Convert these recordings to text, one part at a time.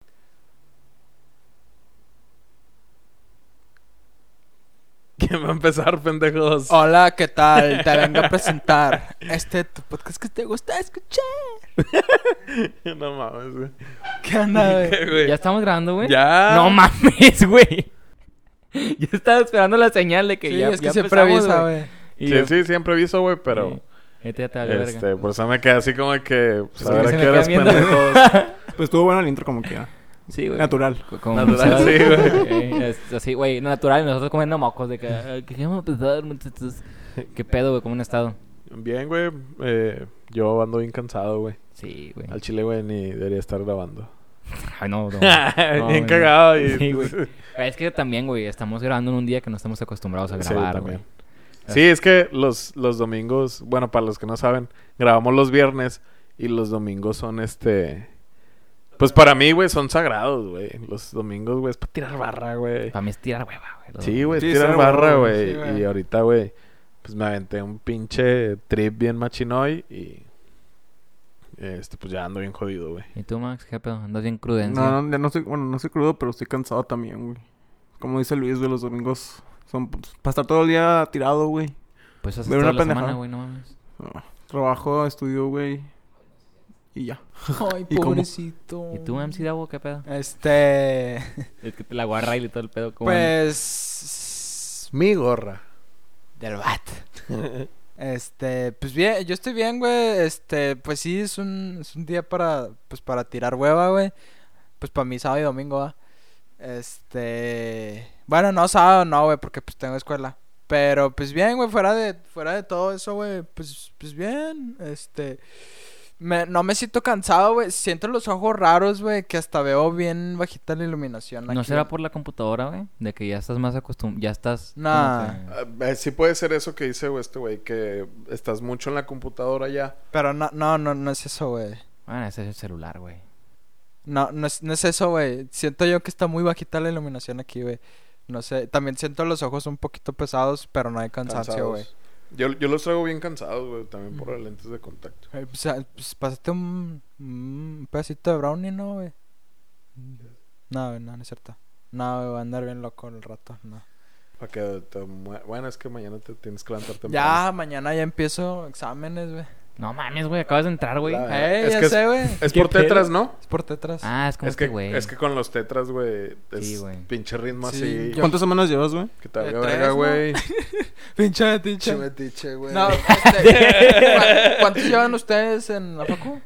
¿Quién va a empezar, pendejos? Oh. Hola, ¿qué tal? Te vengo a presentar este tu podcast que te gusta escuchar. no mames, güey. ¿Qué onda, ¿Qué, güey? güey? ¿Ya estamos grabando, güey? Ya. No mames, güey. Yo estaba esperando la señal de que Sí, ya es que ya siempre empezamos, avisa, güey. Y Sí, yo- sí, siempre aviso, güey, pero... Sí. Este ya te valió verga. Este, por eso me quedé así como que... Pues, a Sí, ver, ¿a se me qué queda horas, viendo. pendejos? Pues estuvo bueno el intro como quiera. Sí, güey. Natural. Como- Natural, ¿sabes? sí, güey. Eh, es Así, güey, natural. Y nosotros comiendo mocos de que... "Ah, ¿Qué vamos a empezar, muchachos?" ¿Qué pedo, güey? ¿Cómo han estado? Bien, güey. Eh, yo ando bien cansado, güey. Sí, güey. Al chile, güey, ni debería estar grabando. Ay, no, no. No, bien güey. cagado y... pues, Sí, güey. Es que también, güey, estamos grabando en un día que no estamos acostumbrados a Sí, grabar, también. güey. Sí, es que los, los domingos, bueno, para los que no saben, grabamos los viernes y los domingos son este. Pues para mí, güey, son sagrados, güey. Los domingos, güey, es para tirar barra, güey. Para mí es tirar hueva, güey. Los- Sí, güey, es Sí, tirar sí, barra, güey. güey. Sí, güey. y ahorita, güey, pues me aventé un pinche trip bien machinoy y. Este, pues ya ando bien jodido, güey. ¿Y tú, Max? ¿Qué pedo? Andas bien crudencio. No, no, ya no estoy, bueno, no estoy crudo, pero estoy cansado también, güey. Como dice Luis, güey, los domingos son pues, para estar todo el día tirado, güey. Pues haces Ver toda una la pendejada. semana, güey, no mames. Trabajo, estudio, güey. Y ya. Ay, ¿Y cómo? pobrecito. ¿Y tú, MC Davo, qué pedo? Este. Es que te la guarra y todo el pedo. como Pues. Mi gorra. Del bat. Este, pues bien, yo estoy bien, güey. Este, pues sí, es un, es un día para, pues para tirar hueva, güey. Pues para mí sábado y domingo, ¿va? Este, bueno, no sábado, no, güey, porque pues tengo escuela. Pero pues bien, güey, fuera de, fuera de todo eso, güey, pues, pues bien, este, me- no me siento cansado, güey. Siento los ojos raros, güey, que hasta veo bien bajita la iluminación. ¿No aquí. será por la computadora, güey? De que ya estás más acostumbrado. Ya estás. como Nah. que- Ah, eh, sí puede ser eso que dice, güey, este güey, que estás mucho en la computadora ya. Pero no, no, no, no es eso, güey. Bueno, ese es el celular, güey. No, no es, no es eso, güey. Siento yo que está muy bajita la iluminación aquí, güey. No sé, también siento los ojos un poquito pesados, pero no hay cansancio, cansados. güey. Yo, yo los traigo bien cansados, güey, también por las lentes de contacto. Eh, pues, ah, pues, pásate un, mm, un pedacito de brownie, ¿no, güey? No, güey, no, no es cierto. No, güey, voy a andar bien loco el rato, no. Para que te mue- Bueno, es que mañana te tienes que levantar temprano. Ya, mañana ya empiezo exámenes, güey. No mames, güey. Acabas de entrar, güey. La- Ah, Eh, es ya que es- sé, güey. Es ¿Qué por pedo? tetras, ¿no? Es por tetras. Ah, es como Es que, este, güey. es que con los tetras, güey, es Sí, güey. pinche ritmo Sí, así. yo- ¿Cuántas semanas llevas, güey? Que te valga Eh, tres, verga, ¿no? güey. Pinche metiche. metiche, güey. No, este, ¿cu- ¿Cuántos llevan ustedes en la facu?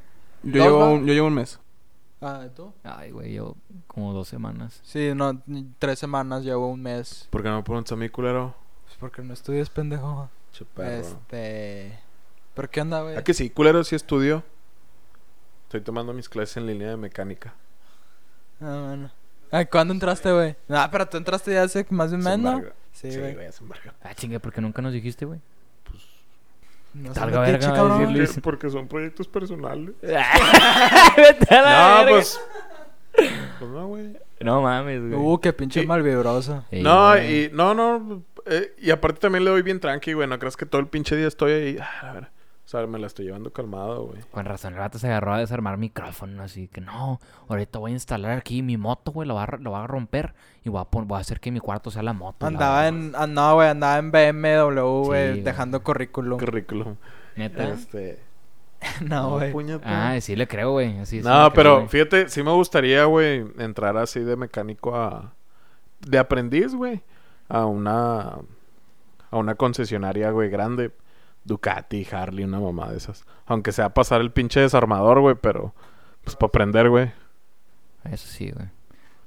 Yo Dos, va. llevo, un, yo llevo un mes. Ah, ¿tú? Ay, güey, yo como dos semanas. Sí, no, ni- tres semanas, llevo un mes. ¿Por qué no me preguntas a mí, culero? Pues porque no estudias, pendejo. Che, perro. Este. ¿Pero qué onda, güey? ¿A Ah, que sí, culero? Sí estudio. Estoy tomando mis clases en línea de mecánica. Ah, bueno. Ay, ¿Cuándo entraste, güey? Ah, pero tú entraste ya hace más de un mes, Sin ¿no? verga. Sí, Sí, güey. güey, sin verga. Ah, chingue, porque nunca nos dijiste, güey. No sé, Salga metiche, verga, va a cabrón. decir Luis. Porque- Porque son proyectos personales. Vete a la No, verga. pues... Pues no, güey. No mames, güey. Uh, qué pinche Sí. malvibroso. Ey, No, güey. y no, no. eh, y aparte también le doy bien tranqui, güey. No creas que todo el pinche día estoy ahí. Ah, a ver. O sea, me la estoy llevando calmado, güey. Con razón, el rato se agarró a desarmar micrófono, así que no, ahorita voy a instalar aquí mi moto, güey, lo va a, ro- lo va a romper y voy a, pon- voy a hacer que mi cuarto sea la moto. la Andaba verga. en. ah, no, güey, andaba en BMW, Sí, güey, güey. dejando currículum. Currículum. Neta. Este. no, güey. Ah, sí le creo, güey. Así sí no, le creo, pero güey. fíjate, sí me gustaría, güey, entrar así de mecánico a. de aprendiz, güey. A una. a una concesionaria, güey, grande. Ducati, Harley, una mamá de esas. Aunque sea pasar el pinche desarmador, güey, pero. Pues para aprender, güey. Eso sí, güey.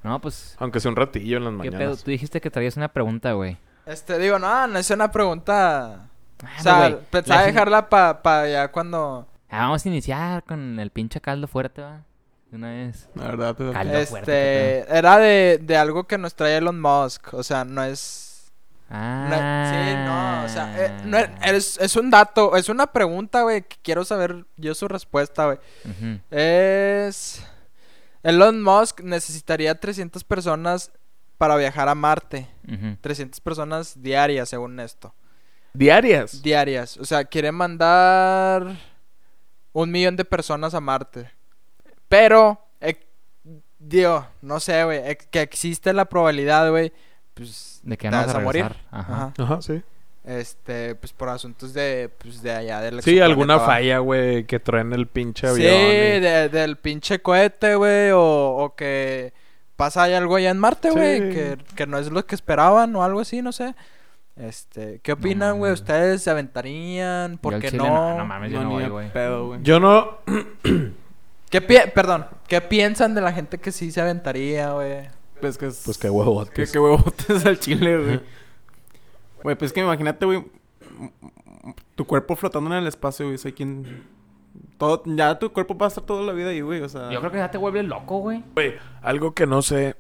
No, pues, Aunque sea un ratillo en las ¿qué pedo? mañanas. Tú dijiste que traías una pregunta, güey. Este, digo, no, no es una pregunta. Ah, O sea, pues, güey, pensaba la gen- dejarla para pa ya cuando. Ah, vamos a iniciar con el pinche caldo fuerte, va. De una vez. La verdad. te- Cal- Algo fuerte, Este, era de, de algo que nos trae Elon Musk, o sea, no es... no es- sí, Ah. no, o sea, eh, no es, es- es un dato, es una pregunta, güey, que quiero saber yo su respuesta, güey. Ujú. Es... Elon Musk necesitaría 300 personas para viajar a Marte, Ujú. 300 personas diarias, según esto. ¿Diarias? Diarias, o sea, quiere mandar un millón de personas a Marte. Pero, eh, digo, no sé, güey, eh, que existe la probabilidad, güey, pues De que ya Te no vas vas a a morir. regresar. Ajá. ajá. Ajá, sí. este pues por asuntos de pues de allá del Sí, alguna exoplaneta, ¿va? falla, güey, que traen el pinche Sí, avión. y- de- del pinche cohete, güey, o, o que pasa ahí algo allá en Marte, Sí. güey, que, que no es lo que esperaban o algo así, no sé. Este, ¿qué opinan, güey? mames. ¿Ustedes se aventarían? Yo ¿Por al qué chile, no? No mames, yo no No, ni voy, de güey. pedo, güey. Yo no. ¿Qué pi- perdón, ¿qué piensan de la gente que sí se aventaría, güey? Pues que es... Pues qué huevotes. Que, que huevotes al chile, güey. Güey, pues que imagínate, güey. m- m- Tu cuerpo flotando en el espacio, güey. Soy quien. Todo, ya tu cuerpo va a estar toda la vida ahí, güey. O sea. Yo creo que ya te vuelve loco, güey. Algo que no sé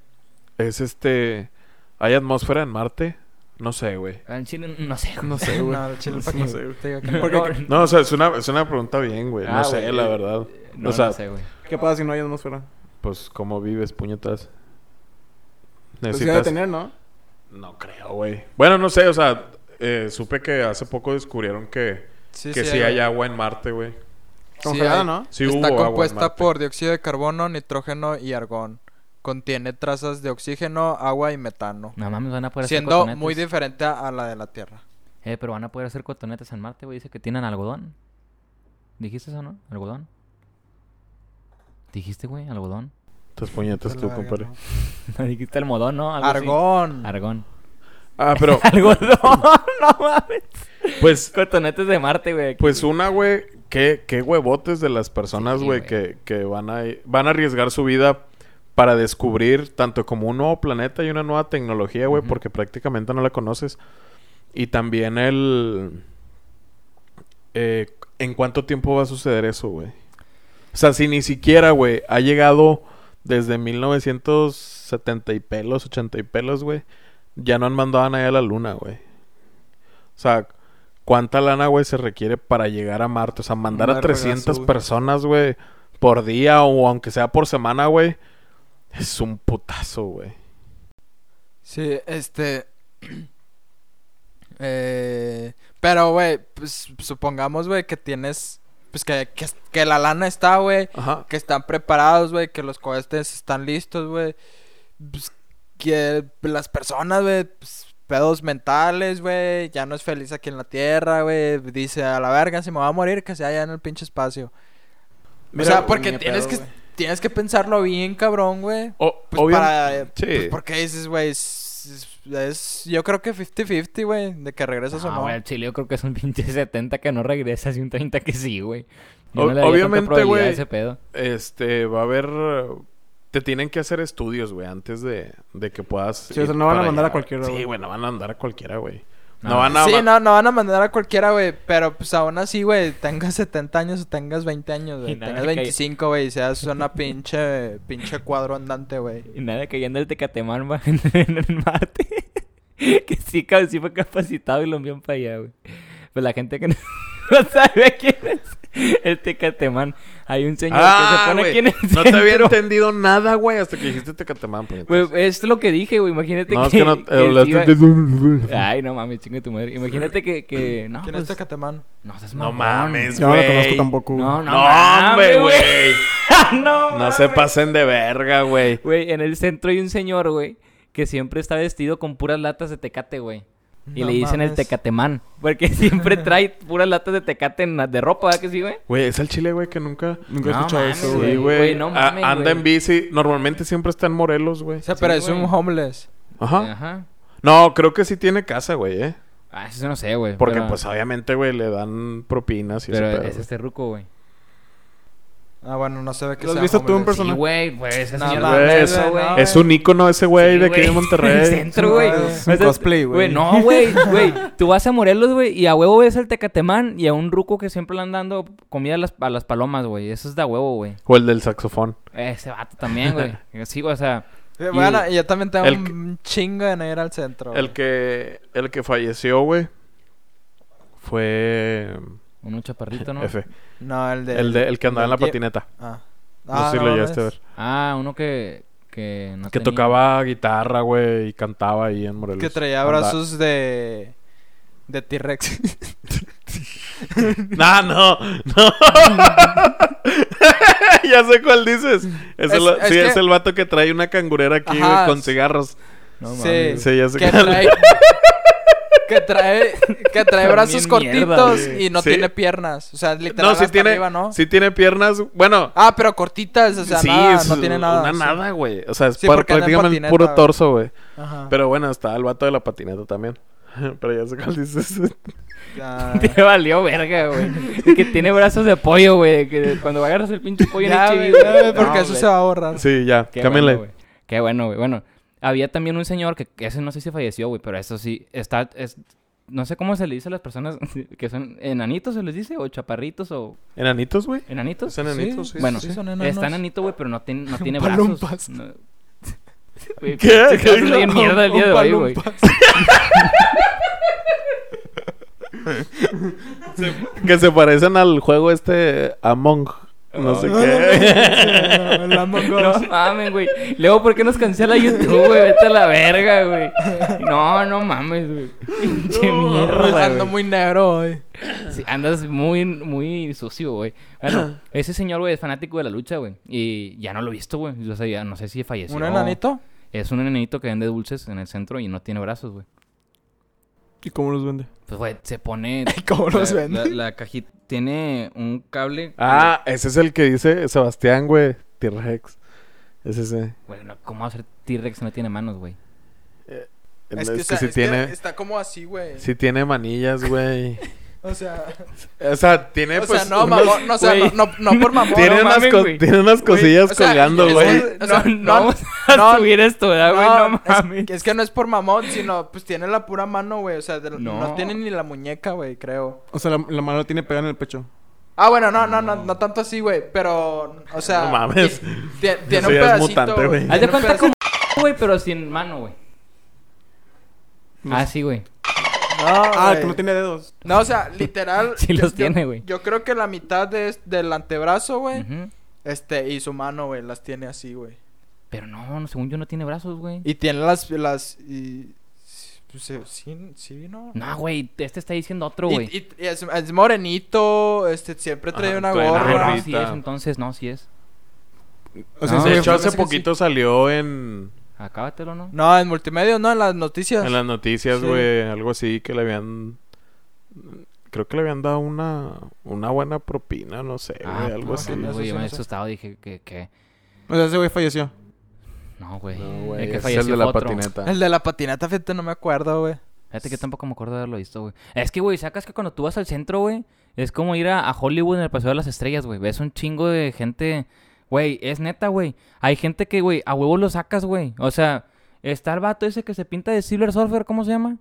es este. ¿Hay atmósfera en Marte? No sé, güey. Al chile, no sé. güey. No sé, güey. No, el chile, No ¿pa' sé, qué? güey. Te digo que no. Porque- no, No, o sea, es una, es una pregunta bien, güey. No Ah, sé, güey. la verdad. no, o sea, no sé, güey. ¿Qué pasa si no hay atmósfera? Pues, ¿cómo vives, puñetas? Pues sí debe Necesitas. tener, ¿no? No creo, güey. Bueno, no sé, o sea, eh, supe que hace poco descubrieron que, Sí, que sí, güey. hay agua en Marte, güey. Sí, Congelada, hay- ¿no? Sí hubo Está agua en compuesta Marte. por dióxido de carbono, nitrógeno y argón. Contiene trazas de oxígeno, agua y metano. No mames, van a poder hacer Siendo cotonetes. muy diferente a a la de la Tierra. Eh, pero van a poder hacer cotonetes en Marte, güey. Dice que tienen algodón. ¿Dijiste eso, no? ¿Algodón? ¿Dijiste, güey? ¿Algodón? Tus puñetas tú, compadre. No, dijiste algodón, ¿no? Algo así. Argón. Argón. Ah, pero, ¡Algodón! ¡No mames! pues, Cotonetes de Marte, güey. pues una, güey, qué, qué huevotes de las personas, Sí, güey, güey. que, que van, a, van a arriesgar su vida para descubrir tanto como un nuevo planeta y una nueva tecnología, güey, Ujú. porque prácticamente no la conoces. Y también el... eh, ¿En cuánto tiempo va a suceder eso, güey? O sea, si ni siquiera, güey, ha llegado desde 1970 y pelos, 80 y pelos, güey, ya no han mandado a nadie a la luna, güey. O sea, ¿cuánta lana, güey, se requiere para llegar a Marte? O sea, mandar a Mandar regazo, 300 güey. personas, güey, por día o aunque sea por semana, güey, es un putazo, güey. Sí, este. eh, pero, güey, pues supongamos, güey, que tienes. Pues que, que, que la lana está, güey. Ajá. Que están preparados, güey. Que los cohetes están listos, güey. Pues, que las personas, güey. pues, pedos mentales, güey. Ya no es feliz aquí en la tierra, güey. Dice, a la verga, si me va a morir, que sea allá en el pinche espacio. Mira, o sea, güey, porque ni de tienes pedo, que. güey. Tienes que pensarlo bien, cabrón, güey. O- Pues obvio- para... Sí. pues, porque dices, güey, es, es- Yo creo que 50-50, güey, de que regresas o Ah, no. güey, al chile yo creo que es un pinche 70 que no regresa y un 30 que sí, güey. Yo Ob- no le daría tanta obviamente, probabilidad güey. a ese pedo. Este, va a haber... eh, Te tienen que hacer estudios, güey, antes de, de que puedas... Sí, o ir sea, no van a para mandar allá, a cualquiera, güey. Sí, güey. Ah. güey, no van a mandar a cualquiera, güey. No, No. van a... sí, ma- no, no van a mandar a cualquiera, güey. Pero pues aún así, güey, tengas 70 años o tengas 20 años, Y güey. nada Tengas que- 25, güey, y seas una pinche, pinche cuadro andante, güey. Y nada, que yendo el Tecatemán va en, el Marte. que sí, cabrón, sí fue capacitado y lo envió para allá, güey. Pues la gente que no, no sabe quién es el Tecatemán. Hay un señor que se pone Ah, güey, aquí en el No te había centro. entendido nada, güey, hasta que dijiste Tecatemán, puñetas. Güey, es lo que dije, güey. Imagínate No, que. es que no... que eh, hablaste iba- Ah, de- Ay, no mames, chingue tu madre. Imagínate que. que... No, ¿Quién pues... es este catamán? No, seas No mamón. mames, Yo no lo conozco güey. tampoco, güey. No, no, No, hombre, mames, güey. no, No se mames. pasen de verga, güey. Güey, en el centro hay un señor, güey, que siempre está vestido con puras latas de tecate, güey. Y No le dicen el mames. tecatemán. Porque siempre trae puras latas de tecate en la- de ropa, ¿verdad que sí, güey? Güey, es el chile, güey, que nunca... Nunca he No, escuchado mames, eso, Sí, güey. güey. Güey, no A- mames, Anda güey. en bici. Normalmente siempre está en Morelos, güey. O sea, Sí, pero es güey. un homeless. Ajá. Ajá. No, creo que sí tiene casa, güey, ¿eh? Ah, eso no sé, güey. Porque, pero- pues, obviamente, güey, le dan propinas y Pero eso. es este ruco, güey. Ah, bueno, no se ve que ¿Lo has sea visto tú en homeless. persona? Sí, güey, pues ese No señor mames, güey, también, güey. no. Es un ícono ese güey Sí, de aquí de El Monterrey. centro, güey. Es un O sea, cosplay, güey. No, güey, güey. Tú vas a Morelos, güey, y a huevo ves al Tecatemán y a un ruco que siempre le andan dando comida a las, a las palomas, güey. Eso es de a huevo, güey. o el del saxofón. Ese vato también, güey. Sí, güey, o sea... Sí, Bueno, yo también tengo El que- un chingo de ir al centro. El güey. que, el que falleció, güey, fue... Un chaparrito, ¿no? F. No, el de... El, de, el que andaba en la del- patineta. Ah. No Ah, sé si lo mames. llegaste a ver. Ah, uno que... Que, no Que tenía- tocaba guitarra, güey, y cantaba ahí en Morelos. Que traía Anda- brazos de. de T-Rex. No, no, no. ya sé cuál dices. Es, Es- el, es sí, que- es el vato que trae una cangurera aquí, Ajá, güey, con es- cigarros. No Sí. mames. Sí, ya sé Que cuál. trae, que trae, que trae También brazos mierda, cortitos güey. y no Sí. tiene piernas. O sea, literal No, sí hasta tiene, arriba, ¿no? sí tiene piernas. Bueno, Ah, pero cortitas, o sea, sí, nada, es no tiene nada. Una sí. nada, güey. O sea, es Sí, par- porque anda en prácticamente patineta, puro güey. torso, güey. Ajá. Pero bueno, está el vato de la patineta también. Pero ya sé cuál dices. Ya. Te valió verga, güey. Es que tiene brazos de pollo, güey. Que cuando agarras el pinche pollo Ya, en güey, el ya, güey, porque eso se va a borrar. Sí, ya, Qué cámbiale. bueno, güey. Qué bueno, güey. Bueno, había también un señor que, que ese no sé si falleció, güey, pero eso sí, está... Es, no sé cómo se le dice a las personas que son enanitos, se les dice, o chaparritos, o ¿Enanitos, güey? enanitos. ¿Es enanito? Sí, bueno, sí, sí, sí. son enanos. Está enanito, güey, pero no, tiene- no tiene Palumpas. brazos. No... Güey, ¿Qué? pinche ¿Qué? clase de mierda el día de hoy, güey. Que se parecen al juego este Among. No Oh. sé qué. El Among Us. No mames, güey. Luego, ¿por qué nos cancela YouTube, güey? Vete a la verga, güey. No, no mames, güey. Pinche mierda, Ando güey. muy negro hoy. Sí, andas muy, muy sucio, güey. Bueno, ese señor, güey, es fanático de la lucha, güey. Y ya no lo he visto, güey. Yo sé, ya no sé si falleció. ¿Un enanito? Es un enanito que vende dulces en el centro y no tiene brazos, güey. ¿Y cómo los vende? Pues, güey, se pone... ¿Cómo los la, vende? la- la cajita tiene un cable... ah, ese es el que dice Sebastián, güey. T-Rex. Es ese. Bueno, ¿cómo va a ser T-Rex si no tiene manos, güey? Es, o que, sea, sí es que tiene... está como así, güey. Sí tiene manillas, güey. O sea, O sea, tiene o sea, pues no, unos- mamón, no, o sea, güey. no, no, no por mamón. tiene, no unas mames, co- güey. tiene unas cosillas o sea, colgando, es güey. que- No, o sea, no, no- vamos a no, subir esto, ¿verdad, güey? No, No, es- mames. es, que no es por mamón, sino pues tiene la pura mano, güey. O sea, de- no. No. tiene ni la muñeca, güey, creo. O sea, la, la mano la tiene pegada en el pecho. Ah, bueno, no, no, no, no tanto así, güey. Pero, o sea. No mames. ti- ti- Tiene Eso un ya es pedacito. mutante, güey. güey. Haz Tiene de un cuenta pedazo- como... Güey, pero sin mano, güey. Pues, Ah, sí, güey. No, Ah, güey. que no tiene dedos. No, o sea, literal. Sí yo- los yo- tiene, güey. Yo creo que la mitad de es- del antebrazo, güey. Ujú. Este, y su mano, güey, las tiene así, güey. Pero no, no, según yo no tiene brazos, güey. Y tiene las. las y, pues, eh, sí, sí, ¿no? No, güey, este está diciendo otro, güey. Y, y- y es, es morenito, este, siempre trae Ajá, una trae una Ah, gorra. no, sí Ahorita. es, entonces no, sí es. O sea, No, de sí, güey, hecho, no sé hace pues, que sí. poquito salió en, Acábatelo, ¿no? No, en multimedia, no, en las noticias. en las noticias, Sí. güey. Algo así que le habían... Creo que le habían dado una, una buena propina, no sé, güey. Ah, algo no, así. mames, Eso güey, sí, yo me he no sé. asustado, dije que, que... o sea, ese güey falleció. No, güey. No, güey, el ese que es falleció el de la fue otro. patineta. El de la patineta, fíjate, no me acuerdo, güey. Fíjate que tampoco me acuerdo de haberlo visto, güey. Es que, güey, sacas que cuando tú vas al centro, güey, es como ir a, a Hollywood en el Paseo de las Estrellas, güey. Ves un chingo de gente... Güey, es neta, güey. Hay gente que, güey, a huevo lo sacas, güey. O sea, está el vato ese que se pinta de Silver Surfer, ¿cómo se llama?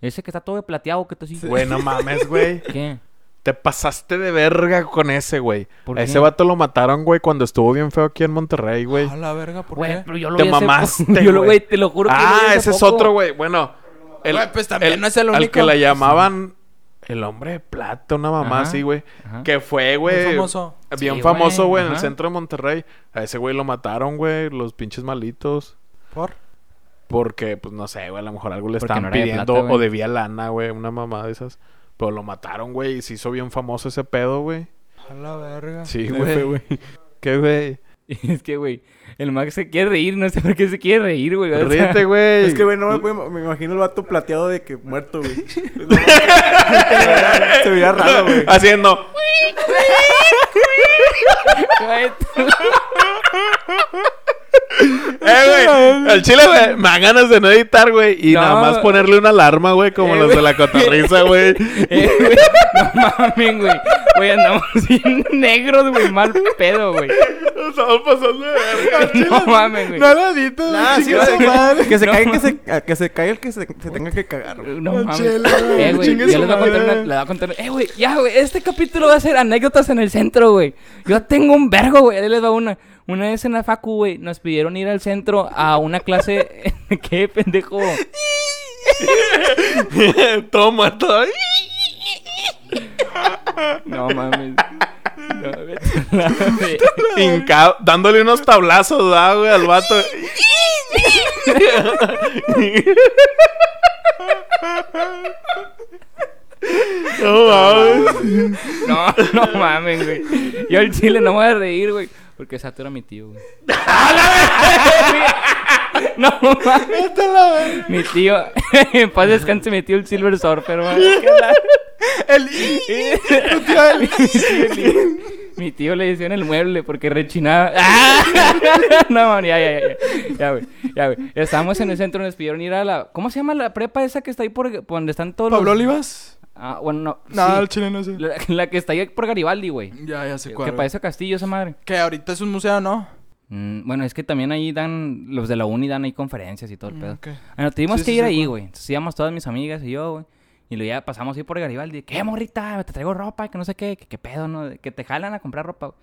Ese que está todo de plateado, que tú sí... Güey, no mames, güey. ¿Qué? Te pasaste de verga con ese, güey. ¿Por A qué? ese vato lo mataron, güey, cuando estuvo bien feo aquí en Monterrey, güey. A la verga, ¿por Güey, qué? pero yo lo Te vi hace po- mamaste, Yo lo, güey. güey, te lo Ah, juro que lo vi Ah, hace ese es poco. otro, güey. Bueno, el, Güey, pues también el- no es el Al único. que la llamaban el hombre de plata, una mamá Ajá, así, güey. ajá. Que fue, Muy güey. famoso. Bien Sí, famoso, güey, güey, en el ajá. centro de Monterrey. A ese güey lo mataron, güey, los pinches malitos. ¿Por? Porque, pues no sé, güey, a lo mejor algo le Porque estaban no era de pidiendo plata, güey. o debía lana, güey, una mamá de esas. Pero lo mataron, güey, y se hizo bien famoso ese pedo, güey. A la verga. Sí, Ese güey. ¿Qué, güey? Es que, güey, el Max se quiere reír, no sé por qué se quiere reír, güey. o sea, Ríete, güey. Es que, güey, no, güey, me imagino el vato plateado de que muerto, güey. se veía se veía raro, güey. Haciendo. "Eh, güey, tú- Eh, güey. El chile, güey. Me dan ganas de no editar, güey. Y No. nada más ponerle una alarma, güey, como Eh, los de la cotorriza, güey. eh, güey, no mames, güey. Güey, andamos bien negros, güey, mal pedo, güey. Estamos pasando de verga. al chile. No mames, güey. No lo edites, Ah, sí, chinga güey, su que- madre. Que se caiga, que se, a- que se caiga el que se, se tenga que cagar, güey. No mames. chela, güey, eh, güey, chingue yo su les voy a contar madre. una- le voy a contar- Eh, güey, ya, güey, este capítulo va a ser anécdotas en el centro, güey. Yo tengo un vergo, güey. Ahí les va una. Una vez en la facu, güey, nos pidieron ir al centro a una clase... ¿Qué, pendejo? Toma, todo. No mames. No, vete a la verga. Hincado, dándole unos tablazos, ¿verdad, güey, al vato. No mames. No, no mames, güey. Yo al chile no me voy a reír, güey. Porque Sato era mi tío, güey. no mames. Mi tío, en paz descanse mi tío el Silver Surfer, güey. ¿Qué tal? El... Mi tío, el- mi tío le hicieron el mueble porque rechinaba. No, man, ya, ya, ya, ya. Ya, güey. Ya, güey. Estábamos en el centro, nos pidieron ir a la. ¿Cómo se llama la prepa esa que está ahí por por donde están todos ¿Pablo los. Olivas? Ah, bueno, no. No, sí. el chile no sé. La, la que está ahí por Garibaldi, güey. Ya, ya sé Que cuál. güey. parece Castillo esa madre. Que ahorita es un museo, ¿no? Mm, bueno, es que también ahí dan. Los de la uni dan ahí conferencias y todo el pedo. Mm, Ok. Bueno, tuvimos Sí, que sí, ir sí, ahí, recuerdo. güey. Entonces íbamos todas mis amigas y yo, güey. Y luego ya pasamos ahí por Garibaldi. ¿Qué, morrita? Te traigo ropa, que no sé qué, que, que pedo, ¿no? Que te jalan a comprar ropa. güey.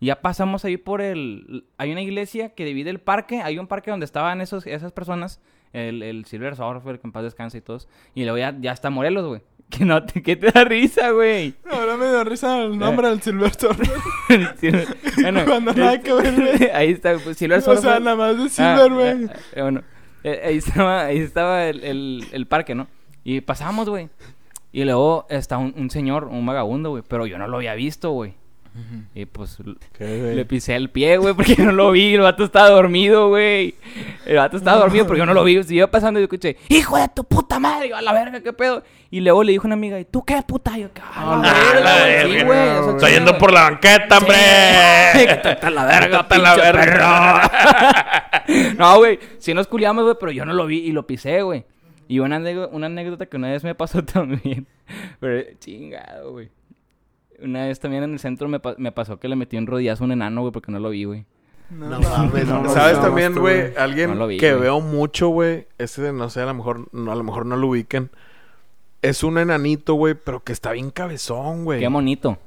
Y ya pasamos ahí por el... Hay una iglesia que divide el parque. Hay un parque donde estaban esos, esas personas. El, el Silver Surfer, que en paz descanse y todos. Y luego ya, ya está Morelos, güey. Que no te, que te da risa, güey. Ahora me da risa el nombre del Silver Surfer. El Silver- Cuando nada que ver, güey. Ahí está, pues, Silver O sea, Surfer. nada más de Ah, Silver, güey. ah, ah, bueno, eh, ahí estaba, ahí estaba el, el- el parque, ¿no? Y pasamos, güey. Y luego está un, un señor, un vagabundo, güey. Pero yo no lo había visto, güey. Y pues l- le pisé el pie, güey, porque yo no lo vi. El vato estaba dormido, güey. El vato estaba dormido porque yo no lo vi. Si iba pasando, yo escuché, hijo de tu puta madre, yo, a la verga, qué pedo. Y luego le dijo una amiga, ¿y tú qué puta? Y yo, "Ah, la Ah, verga, la güey, sí, verga, güey, o sea, Está sí, yendo güey". por la banqueta, hombre. Está la verga, Está la pinche verga. perro. No, güey. Sí nos culiamos, güey, pero yo no lo vi y lo pisé, güey. Y una anécdota, una anécdota que una vez me pasó también. Pero chingado, güey. Una vez también en el centro me, pa- me pasó que le metí un rodillazo a un enano, güey, porque no lo vi, güey. No mames, No, ¿Sabes no, también, no, güey? Alguien No lo vi, que güey. veo mucho, güey. Ese, no sé, a lo mejor no, a lo mejor no lo ubiquen. Es un enanito, güey, pero que está bien cabezón, güey. Qué bonito.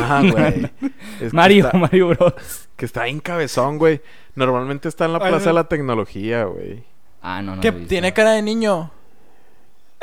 Ajá, güey. Es que Mario, está- Mario Bros. Que está bien cabezón, güey. Normalmente está en la Ay, Plaza de no. la Tecnología, güey. Ah, no, no. Que lo vi, tiene sí. cara de niño.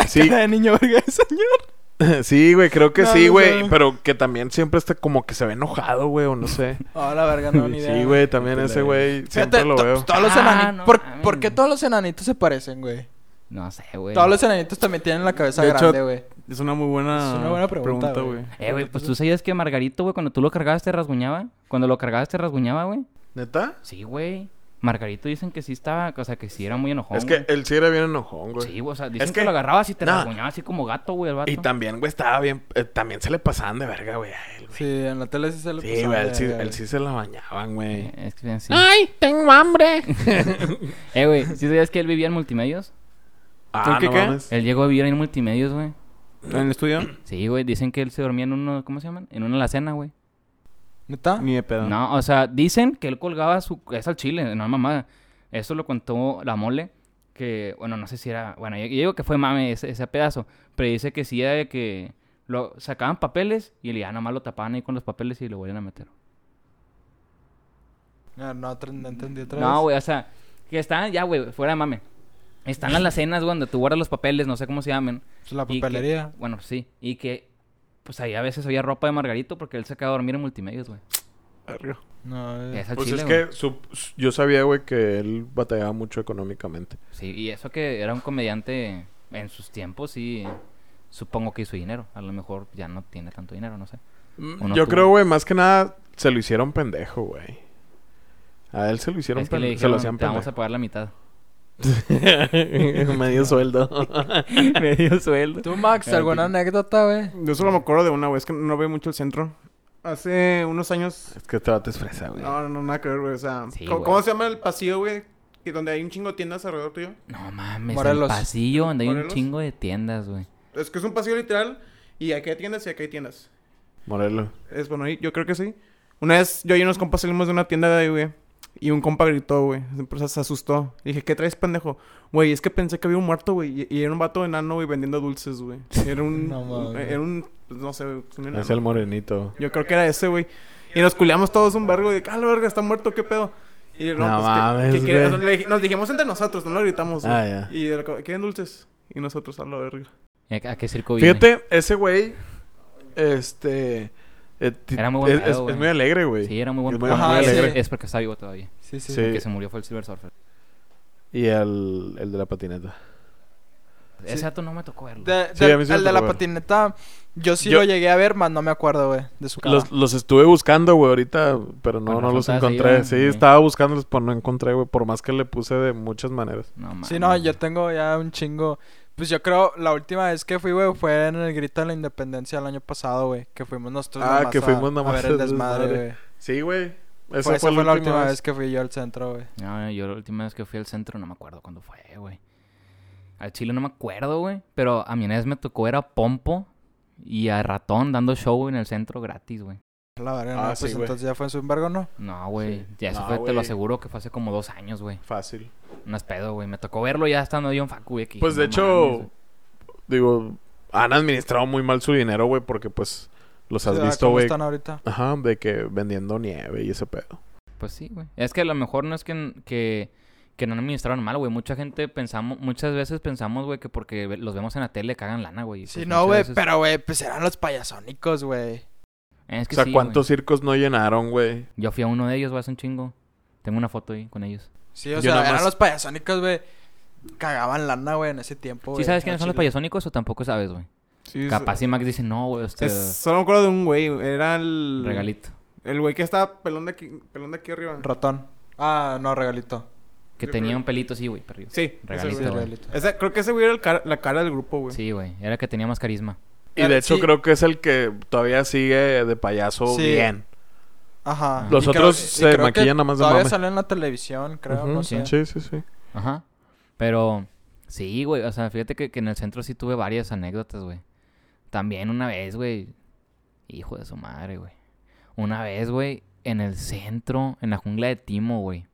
Sí, Cara de niño, verga, señor. sí, güey, creo que No, sí, no güey. sé. Pero que también siempre está como que se ve enojado, güey, o no sé. Oh, la verga, no, ni idea. Sí, güey, también ese güey siempre Fíjate, lo to- veo. Todos los Ah, enanitos. no ¿Por, mames. por qué todos los enanitos se parecen, güey? No sé, güey. Todos los enanitos también tienen la cabeza De hecho, grande, güey. Es una muy buena, Es una buena pregunta, güey. Eh, güey, pues tú sabías que Margarito, güey, cuando tú lo cargabas te rasguñaba. Cuando lo cargabas te rasguñaba, güey. ¿Neta? Sí, güey. Margarito dicen que sí estaba, o sea, que sí era muy enojón. Es que güey. él sí era bien enojón, güey. Sí, güey, o sea, dicen Es que... que- lo agarrabas y te No. rasguñaba así como gato, güey, el vato. Y también, güey, estaba bien. eh, también se le pasaban de verga, güey, a él, güey. Sí, en la tele sí se lo Sí, pasaban güey, de él sí, verga, él güey. sí se la bañaban, güey. Eh, Es que sí. ¡Ay, tengo hambre! Eh, güey, ¿sí sabías que él vivía en multimedios? Ah, ¿Qué, no qué? mames. Él llegó a vivir en multimedios, güey. ¿En el estudio? Sí, güey, dicen que él se dormía en uno, ¿cómo se llaman? En una alacena, güey. ¿Neta? Ni de pedo. No, o sea, dicen que él colgaba su... Es al chile, no es mamada. Eso lo contó la mole, que, bueno, no sé si era... Bueno, yo, yo digo que fue mame ese, ese pedazo, pero dice que sí era de que lo sacaban papeles y le ya nada más lo tapaban ahí con los papeles y lo volvían a meter. Ah, No, no, tra- no entendí otra vez. No, güey, o sea, que están, ya, güey, fuera de mame. Están las lacenas, güey, donde tú guardas los papeles, no sé cómo se llamen. Pues La Y que- papelería. bueno, sí. Y que, pues ahí a veces había ropa de Margarito porque él se acaba de dormir en multimedios, güey. Verga. No, eh. Es al Pues chile, es güey. que su- su- yo sabía, güey, que él batallaba mucho económicamente. Sí, y eso que era un comediante en sus tiempos, sí. Supongo que hizo dinero. A lo mejor ya no tiene tanto dinero, no sé. O no Mm, yo tuvo. creo, güey, más que nada se lo hicieron pendejo, güey. A él se lo hicieron Es que le pendejo. se dijeron, lo hacían te vamos a pendejo. pagar la mitad. Medio sueldo. Medio sueldo. ¿Tú, Max, Claro, alguna anécdota, güey? Yo solo me acuerdo de una, güey. Es que no veo mucho el centro. Hace unos años... es que te bates fresa, güey. No, no, no, nada que ver, güey. O sea... Sí, ¿cómo, güey. cómo se llama el pasillo, güey? Que donde hay un chingo de tiendas alrededor tuyo. No mames, Morelos. el pasillo donde hay un Morelos. chingo de tiendas, güey. Es que es un pasillo literal. Y aquí hay tiendas y aquí hay tiendas. Morelos. Es bueno, y yo creo que sí. Una vez yo y unos compas salimos de una tienda de ahí, güey. Y un compa gritó, güey. Entonces se asustó. Le dije, ¿qué traes, pendejo? Güey, es que pensé que había un muerto, güey. Y, y era un vato enano, güey, vendiendo dulces, güey. Era un... No mames. era un... pues, No sé, güey, un enano. Es el morenito. Yo creo que era ese, güey. Y nos culeamos todos un vergo. De, ah, la verga, está muerto, qué pedo. Y No pues, mames, ¿qué- qué quieres? güey. Le dij- Nos dijimos entre nosotros, no lo gritamos. güey. Ah, ya. Y de la- ¿quieren dulces? Y nosotros a la verga. ¿Y ¿A, a qué circo vive? Fíjate, ese güey, este... eh, ti- Era muy buen es, pedo, es- güey. es muy alegre, güey. Sí, era muy Es buen muy Ajá, alegre. es- Sí. Es porque está vivo todavía. Sí, sí. Sí. El que se murió fue el Silver Surfer. Y el, el de la patineta. Ese dato no me tocó verlo. De- Sí, del- a mí sí me el de tocó la ver. patineta, yo sí Yo- lo llegué a ver, más no me acuerdo, güey, de su cara. Los, los estuve buscando, güey, ahorita, pero no, Bueno, no los juntadas ahí, encontré. ¿verdad? Sí, Sí. estaba buscándolos, pero no encontré, güey, por más que le puse de muchas maneras. No, Sí, mames. no, yo tengo ya un chingo. Pues yo creo, la última vez que fui, güey, fue en el grito de la independencia el año pasado, güey. Que fuimos nosotros Ah, nomás que a- fuimos a nomás ver al el desmadre, desmadre. güey. Sí, güey. Fue- Esa, fue, la última vez que fui yo al centro, güey. No, yo la última vez que fui al centro no me acuerdo cuándo fue, güey. Al Chile no me acuerdo, güey. Pero a mí una vez me tocó era Pompo y a Ratón dando show en el centro gratis, güey. La verga, Ah, no, sí, pues güey. entonces ya fue en su embargo, ¿no? No, güey. Sí. Ya eso No, fue, te güey. lo aseguro que fue hace como dos años, güey. Fácil. Unas pedo, güey. Me tocó verlo ya estando yo en facu, güey. que Pues de dije, "No hecho, mames, güey". Digo, han administrado muy mal su dinero, güey, porque pues los O has sea, visto, ah, ¿cómo güey. están ahorita? Ajá, de que vendiendo nieve y ese pedo. Pues sí, güey. Es que a lo mejor no es que, que, que no administraron mal, güey. Mucha gente pensamos, muchas veces pensamos, güey, que porque ve- los vemos en la tele cagan lana, güey. Y Sí, pues no, muchas güey, veces- pero, güey, pues eran los payasónicos, güey. Es O que sea, sí, güey. ¿cuántos circos no llenaron, güey? Yo fui a uno de ellos, güey, hace un chingo. Tengo una foto ahí con ellos. Sí, o Yo sea, nada eran más- los payasónicos, güey. Cagaban lana, güey, en ese tiempo, güey. ¿Sí sabes al quiénes son los chile. payasónicos o tampoco sabes, güey? Sí, es- Capaz y Max dice, no, güey, este es- solo me acuerdo de un güey. Era el... regalito. El güey que estaba pelón de aquí, pelón de aquí arriba. Ratón. Ah, no, regalito. Que Yo tenía creo- un pelito, sí, güey, perdido. Sí. Regalito, Sí, ese güey. güey. regalito. Ese- creo que ese güey era el cara- la cara del grupo, güey. Sí, güey. Era el que tenía más carisma. Y de Ah, hecho sí. creo que es el que todavía sigue de payaso Sí. bien. Ajá. Ah. Los Y creo- otros y se creo que maquillan nada más de Todavía mame. salen en la televisión, creo, Ujú, no sí, sé. sí, sí, sí. Ajá. Pero sí, güey. O sea, fíjate que, que en el centro sí tuve varias anécdotas, güey. También una vez, güey. Hijo de su madre, güey. Una vez, güey, en el centro, en la jungla de Timo, güey.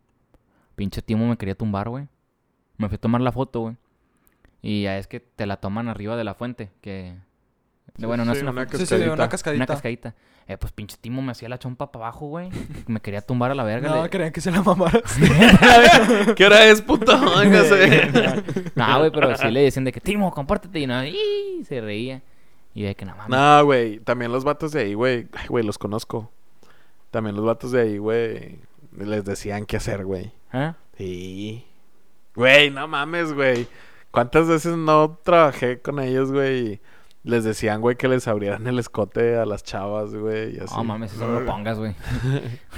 Pinche Timo me quería tumbar, güey. Me fui a tomar la foto, güey. Y ya es que te la toman arriba de la fuente, que... Sí, bueno, no sí, es una, una fuente, Sí, sí, de Cascadita. una cascadita. una cascadita. Eh, pues pinche Timo me hacía la chompa para abajo, güey. Me quería tumbar a la verga. No, le- creían que se la mamara. ¿Qué hora es, puta? No, güey, pero sí le decían de que Timo, compártete. Y no, y se reía. Y de que nada más. No, güey. También los vatos de ahí, güey. Ay, güey, los conozco. También los vatos de ahí, güey. Les decían qué hacer, güey. ¿Ah? Sí. Güey, no mames, güey. ¿Cuántas veces no trabajé con ellos, güey? Y Les decían, güey, que les abrieran el escote a las chavas, güey. y así. No mames, eso no lo pongas, güey.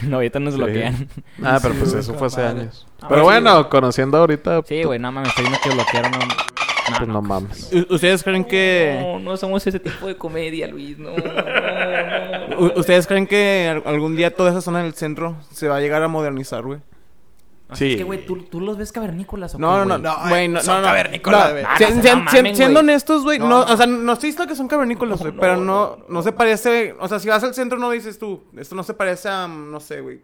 no, ahorita nos Sí. bloquean. Ah, pero Sí, pues güey, eso con fue hace madre. años. Ah, Pero sí, bueno, güey. conociendo ahorita. Sí, güey, no mames, ahí no que bloquearon. No, no, Pues no. no mames. U- ¿Ustedes creen que... No, no somos ese tipo de comedia, Luis. No, no, no. u- ¿Ustedes creen que al- algún día toda esa zona del centro se va a llegar a modernizar, güey? Sí. Es que, güey, ¿tú, tú los ves cavernícolas o No, qué, güey? no, no, No, güey, eh, no, son no, no. cavernícolas, No, güey. se- Ah, no se- mamen, se- güey. siendo honestos, güey, no, No, no. o sea, no estoy diciendo que son cavernícolas, güey, pero no, no, se parece, o sea, si vas al centro no dices tú, esto no se parece a, no sé, güey,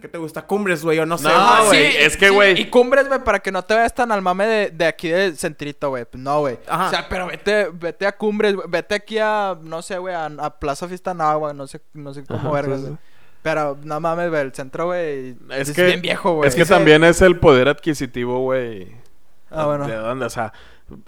¿qué te gusta? Cumbres, güey, o no sé, No, güey. güey, es que, güey. Ah, Y cumbres, güey, para que no te veas tan al mame de, de aquí del centrito, güey. Pues no, güey. Ajá. O sea, pero vete, vete a cumbres, güey. Vete aquí a, no sé, güey, a, a Plaza Fiesta Nava, güey. No sé, no sé Ajá, cómo vergas, sí, sí. Eh, güey. Pero no mames, güey, el centro, güey. Es Es, que- bien viejo, güey. Es que Sí. también es el poder adquisitivo, güey. Ah, bueno. ¿De dónde? O sea,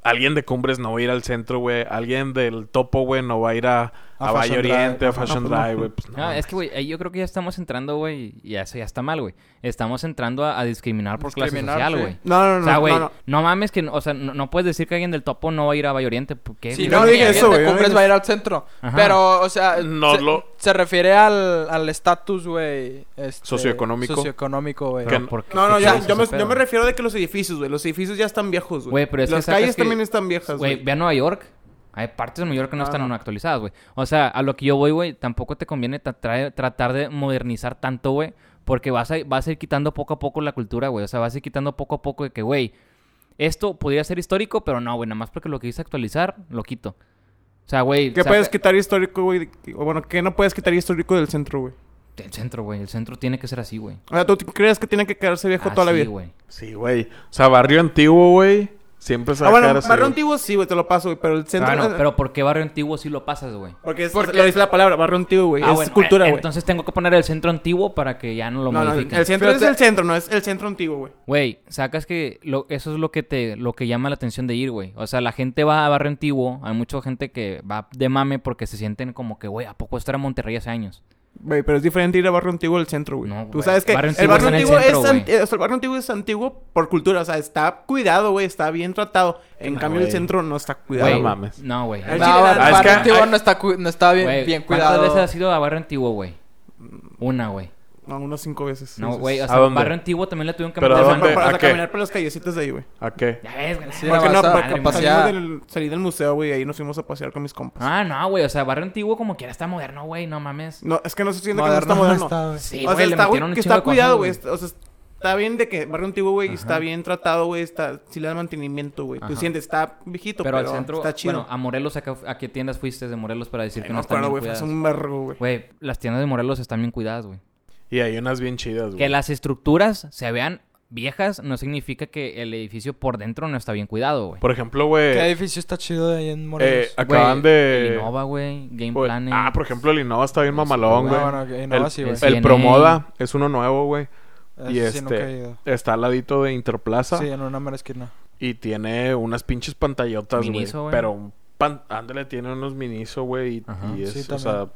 alguien de Cumbres no va a ir al centro, güey. Alguien del Topo, güey, no va a ir a, A a, Valle Fashion Drive. Ah, Oriente, a No, Fashion pues no. Drive, güey. Pues no. No, Ah, es que, güey, ahí yo creo que ya estamos entrando, güey, y eso ya está mal, güey. Estamos entrando a, a discriminar por Discriminar, clase social, sí. güey. No, no, no, O sea, no, güey, no, no, no. mames que, no- o sea, no, no puedes decir que alguien del topo no va a ir a Valle Oriente. ¿por qué, Sí, güey? no, no, dije dije eso, eso, güey, yo no Cumbres dije va a ir al centro. Ajá. Pero, o sea, No se, lo- se refiere al al estatus, güey. este, Socioeconómico. Socioeconómico, güey. Que- Pero, ¿por qué- No, qué no, ya, chingados yo me, ese yo me pedo? refiero de que los edificios, güey, los edificios ya están viejos, güey. Güey, pero es que Las sacas calles que- también están viejas, Güey, güey. ve a Nueva York. Hay partes de Nueva York que no Ah, están no. actualizadas, güey. O sea, a lo que yo voy, güey, tampoco te conviene tra- trae- tratar de modernizar tanto, güey. Porque vas a, vas a ir quitando poco a poco la cultura, güey. O sea, vas a ir quitando poco a poco de que, güey, esto podría ser histórico, pero no, güey. Nada más porque lo quise actualizar, lo quito. O sea, güey. ¿Qué saca- puedes quitar histórico, güey? de- O bueno, ¿qué no puedes quitar histórico del centro, güey? El centro, güey. El centro tiene que ser así, güey. O sea, ¿tú t- crees que tiene que quedarse viejo toda la Así, vida? Ah, güey. Sí, güey. O sea, barrio antiguo, güey. Siempre se va Ah, a bueno, quedar así, barrio güey. antiguo sí, güey, te lo paso, güey, pero el centro... Ah, no, pero ¿por qué barrio antiguo si lo pasas, güey? Porque, es, lo dice la palabra, barrio antiguo, güey. Ah, es bueno, cultura, eh, güey. Entonces tengo que poner el centro antiguo para que ya no lo No, no, modifiquen. el centro es Fíjate- el centro, no es el centro antiguo, güey. Güey, sacas que lo, eso es lo que te lo que llama la atención de ir, güey. O sea, la gente va a Barrio Antiguo, hay mucha gente que va de mame porque se sienten como que, güey, ¿a poco esto era Monterrey hace años? Güey, pero es diferente ir a barrio antiguo al centro, güey. No, Tú güey. sabes que Barrio el Antiguo está barrio en el antiguo es centro, anti- o sea, el barrio antiguo es antiguo por cultura, o sea, está cuidado, güey, está bien tratado. En No, cambio güey. el centro no está cuidado. Güey, no mames. No, güey. Al No, chile, Bar- la- es Barrio que- Antiguo ay- no está, cu- no está bien, Güey, bien ¿Cuántas cuidado. veces has ido a Barrio Antiguo, güey? Mm. Una, güey. No, unas cinco veces. No, Entonces, güey. O ¿A sea, dónde? Barrio Antiguo también le tuvieron que ¿Pero o a sea, meter dónde? para- para ¿A qué? caminar por las callecitas de ahí, güey. ¿A qué? Ya ves, güey. Sí, la Porque vas no, a- porque madre, salimos pasear. del, salí del museo, güey, y ahí nos fuimos a pasear con mis compas. Ah, no, güey. O sea, barrio antiguo como quiera está moderno, güey. No mames. No, es que no se siente Moderno que no está moderno. está, güey. Sí, o güey. sea, Le está, güey, metieron un chingo que está de cosas, cuidado, güey. güey. Está- O sea, está bien de que barrio antiguo, güey, y está bien tratado, güey, está sí le dan mantenimiento, güey. Tú Ajá. sientes, está viejito, Pero al centro... está chido. Bueno, a Morelos, ¿a qué, a qué tiendas fuiste de Morelos para decir Ay, que no no me están acuerdo, bien güey, fue hace cuidadas? un vergo, güey. Güey, las tiendas de Morelos están bien cuidadas, güey. Y hay unas bien chidas, Que güey. las estructuras se vean viejas no significa que el edificio por dentro no está bien cuidado, güey. Por ejemplo, ¿Qué güey. edificio está chido de ahí en Morelos? eh, acaban Güey, de. Innova, güey. Game güey, Planet. Ah, por ejemplo, el Innova está bien mamalón, Ah, güey. bueno, ok, no, el- sí, güey. el- El CNA. Promoda es uno nuevo, güey. Y Ese sí nunca he este ido. está al ladito de Interplaza Sí, en una mera esquina. y tiene unas pinches pantallotas, güey. Miniso, güey. Pero un pan... ándale, tiene unos miniso, güey. Y, Ajá. y es, Sí, o sea,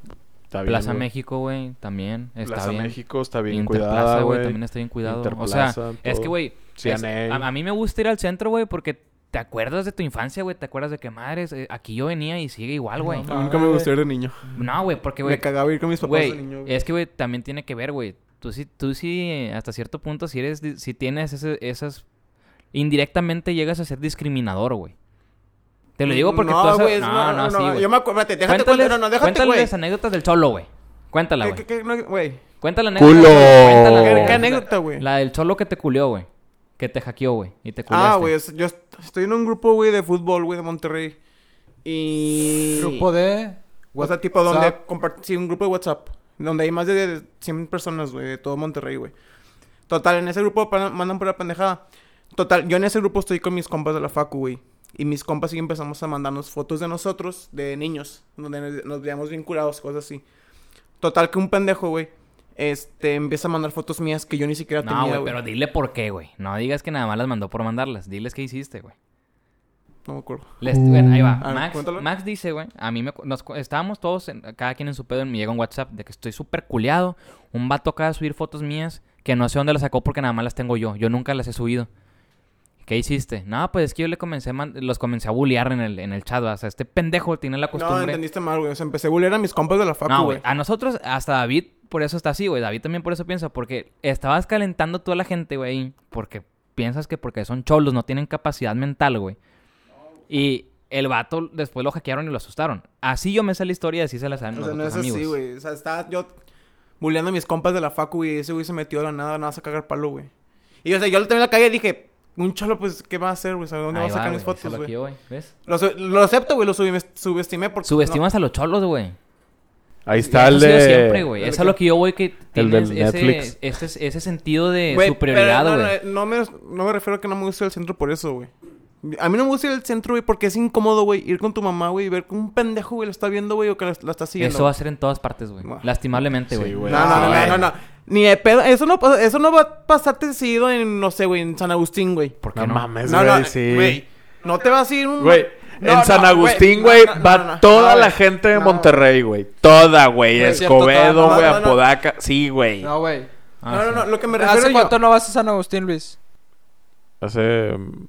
está bien. Plaza güey. México, güey. También está Plaza bien. México está bien Interplaza, cuidada, güey. güey. También está bien cuidado. o sea, Interplaza, es que, todo. güey. es- ah, CNA. a, a mí me gusta ir al centro, güey, porque te acuerdas de tu infancia, güey. Te acuerdas de que madres. eh, aquí yo venía y sigue igual, güey. No, A mí nunca me Ay, gustó ir de niño. No, güey, porque, güey. Me cagaba ir con mis papás Güey, de niño. güey. es que, güey, también tiene que ver, güey. Tú sí, tú sí, eh, hasta cierto punto, si eres, di- si tienes ese- esas... Indirectamente llegas a ser discriminador, güey. Te lo digo porque no, tú has- güey, No, no, sí, güey. Yo me acuerdo, espérate, déjate Cuéntales, cuenta, no, no, déjate, cuéntale güey. las anécdotas del cholo, güey. Cuéntala, ¿Qué- güey. qué- qué- no, güey? Cuéntala la ¡Culo! anécdota. güey. Cuéntala ¿Qué- la qué anécdota, güey? La del cholo que te culió, güey. Que te hackeó, güey. Y te culiaste. Ah, güey, es- yo est- estoy en un grupo, güey, de fútbol, güey, de Monterrey. Y... Grupo de... O sea, tipo donde... WhatsApp. compart- Sí, un grupo de WhatsApp. Donde hay más de 100 personas, güey, de todo Monterrey, güey. Total, en ese grupo pan- mandan pura pendejada. Total, yo en ese grupo estoy con mis compas de la facu, güey. Y mis compas sí empezamos a mandarnos fotos de nosotros, de niños. Donde nos, nos veíamos bien curados, cosas así. Total, que un pendejo, güey. Este, empieza a mandar fotos mías que yo ni siquiera No, tenía, güey, güey. pero dile por qué, güey. No digas que nada más las mandó por mandarlas. Diles qué hiciste, güey. No me acuerdo. Les- bueno, ahí va. Mm. A ver, Max, cuéntalo. Max dice, güey, a mí me, cu- nos, cu- estábamos todos, en- cada quien en su pedo, y me llega un WhatsApp de que estoy súper culeado. Un vato acaba de subir fotos mías que no sé dónde las sacó porque nada más las tengo yo. Yo nunca las he subido. ¿Qué hiciste? No, pues es que yo le comencé a man- los comencé a bullear en el, en el chat. O sea, este pendejo tiene la No, costumbre. entendiste mal, güey. O sea, empecé a bullear a mis compas de la facu, No, güey. güey. A nosotros, hasta David, por eso está así, güey. David también por eso piensa, porque estabas calentando toda la gente, güey. Porque piensas que porque son cholos, no tienen capacidad mental, güey. Y el vato después lo hackearon y lo asustaron. Así yo me sé la historia y así se la saben o los sea, no otros es así, amigos. güey. O sea, estaba yo bulleando a mis compas de la facu, güey. Y ese güey se metió de la nada, nada más a cagar palo, güey. Y o sea, yo también la cagué y dije, un cholo, pues, ¿qué va a hacer, güey? O sea, ¿Dónde va Ahí a sacar va, mis güey, se fotos, lo güey? hackeó, güey. ¿Ves? Lo, su- lo acepto, güey, lo subestim- subestimé porque... Subestimas a los cholos, güey. Ahí está el Eso ha sido de. siempre, güey. el Eso que- es lo que yo voy que tienes del ese, Netflix. ese, ese sentido de Güey, superioridad, pero güey. no, eh, No, no me, no me refiero a que no me gusta ir al centro por eso, güey. A mí no me gusta ir al centro, güey, porque es incómodo, güey, ir con tu mamá, güey, y ver que un pendejo, güey, la está viendo, güey, o que la, la está siguiendo. eso va a ser en todas partes, güey. Buah. Lastimablemente, Sí, güey. güey. No, no, no, no, no, no. Ni de pedo. Eso no, pasa- eso no va a pasarte seguido en, no sé, güey, en San Agustín, güey. ¿Por qué No no? mames, No, güey. no, sí. güey. No te vas a ir un... Güey, No, en no, San güey, Agustín, no, güey, no, no, va no, no. toda No, la güey. gente de No. Monterrey, güey. Toda, güey. No es cierto, Escobedo, toda. No, güey, no, no. Apodaca. Sí, güey. No, güey. Ah, No, no, sí. no. Lo que me refiero ¿Hace yo- cuánto no vas a San Agustín, Luis? Hace mm,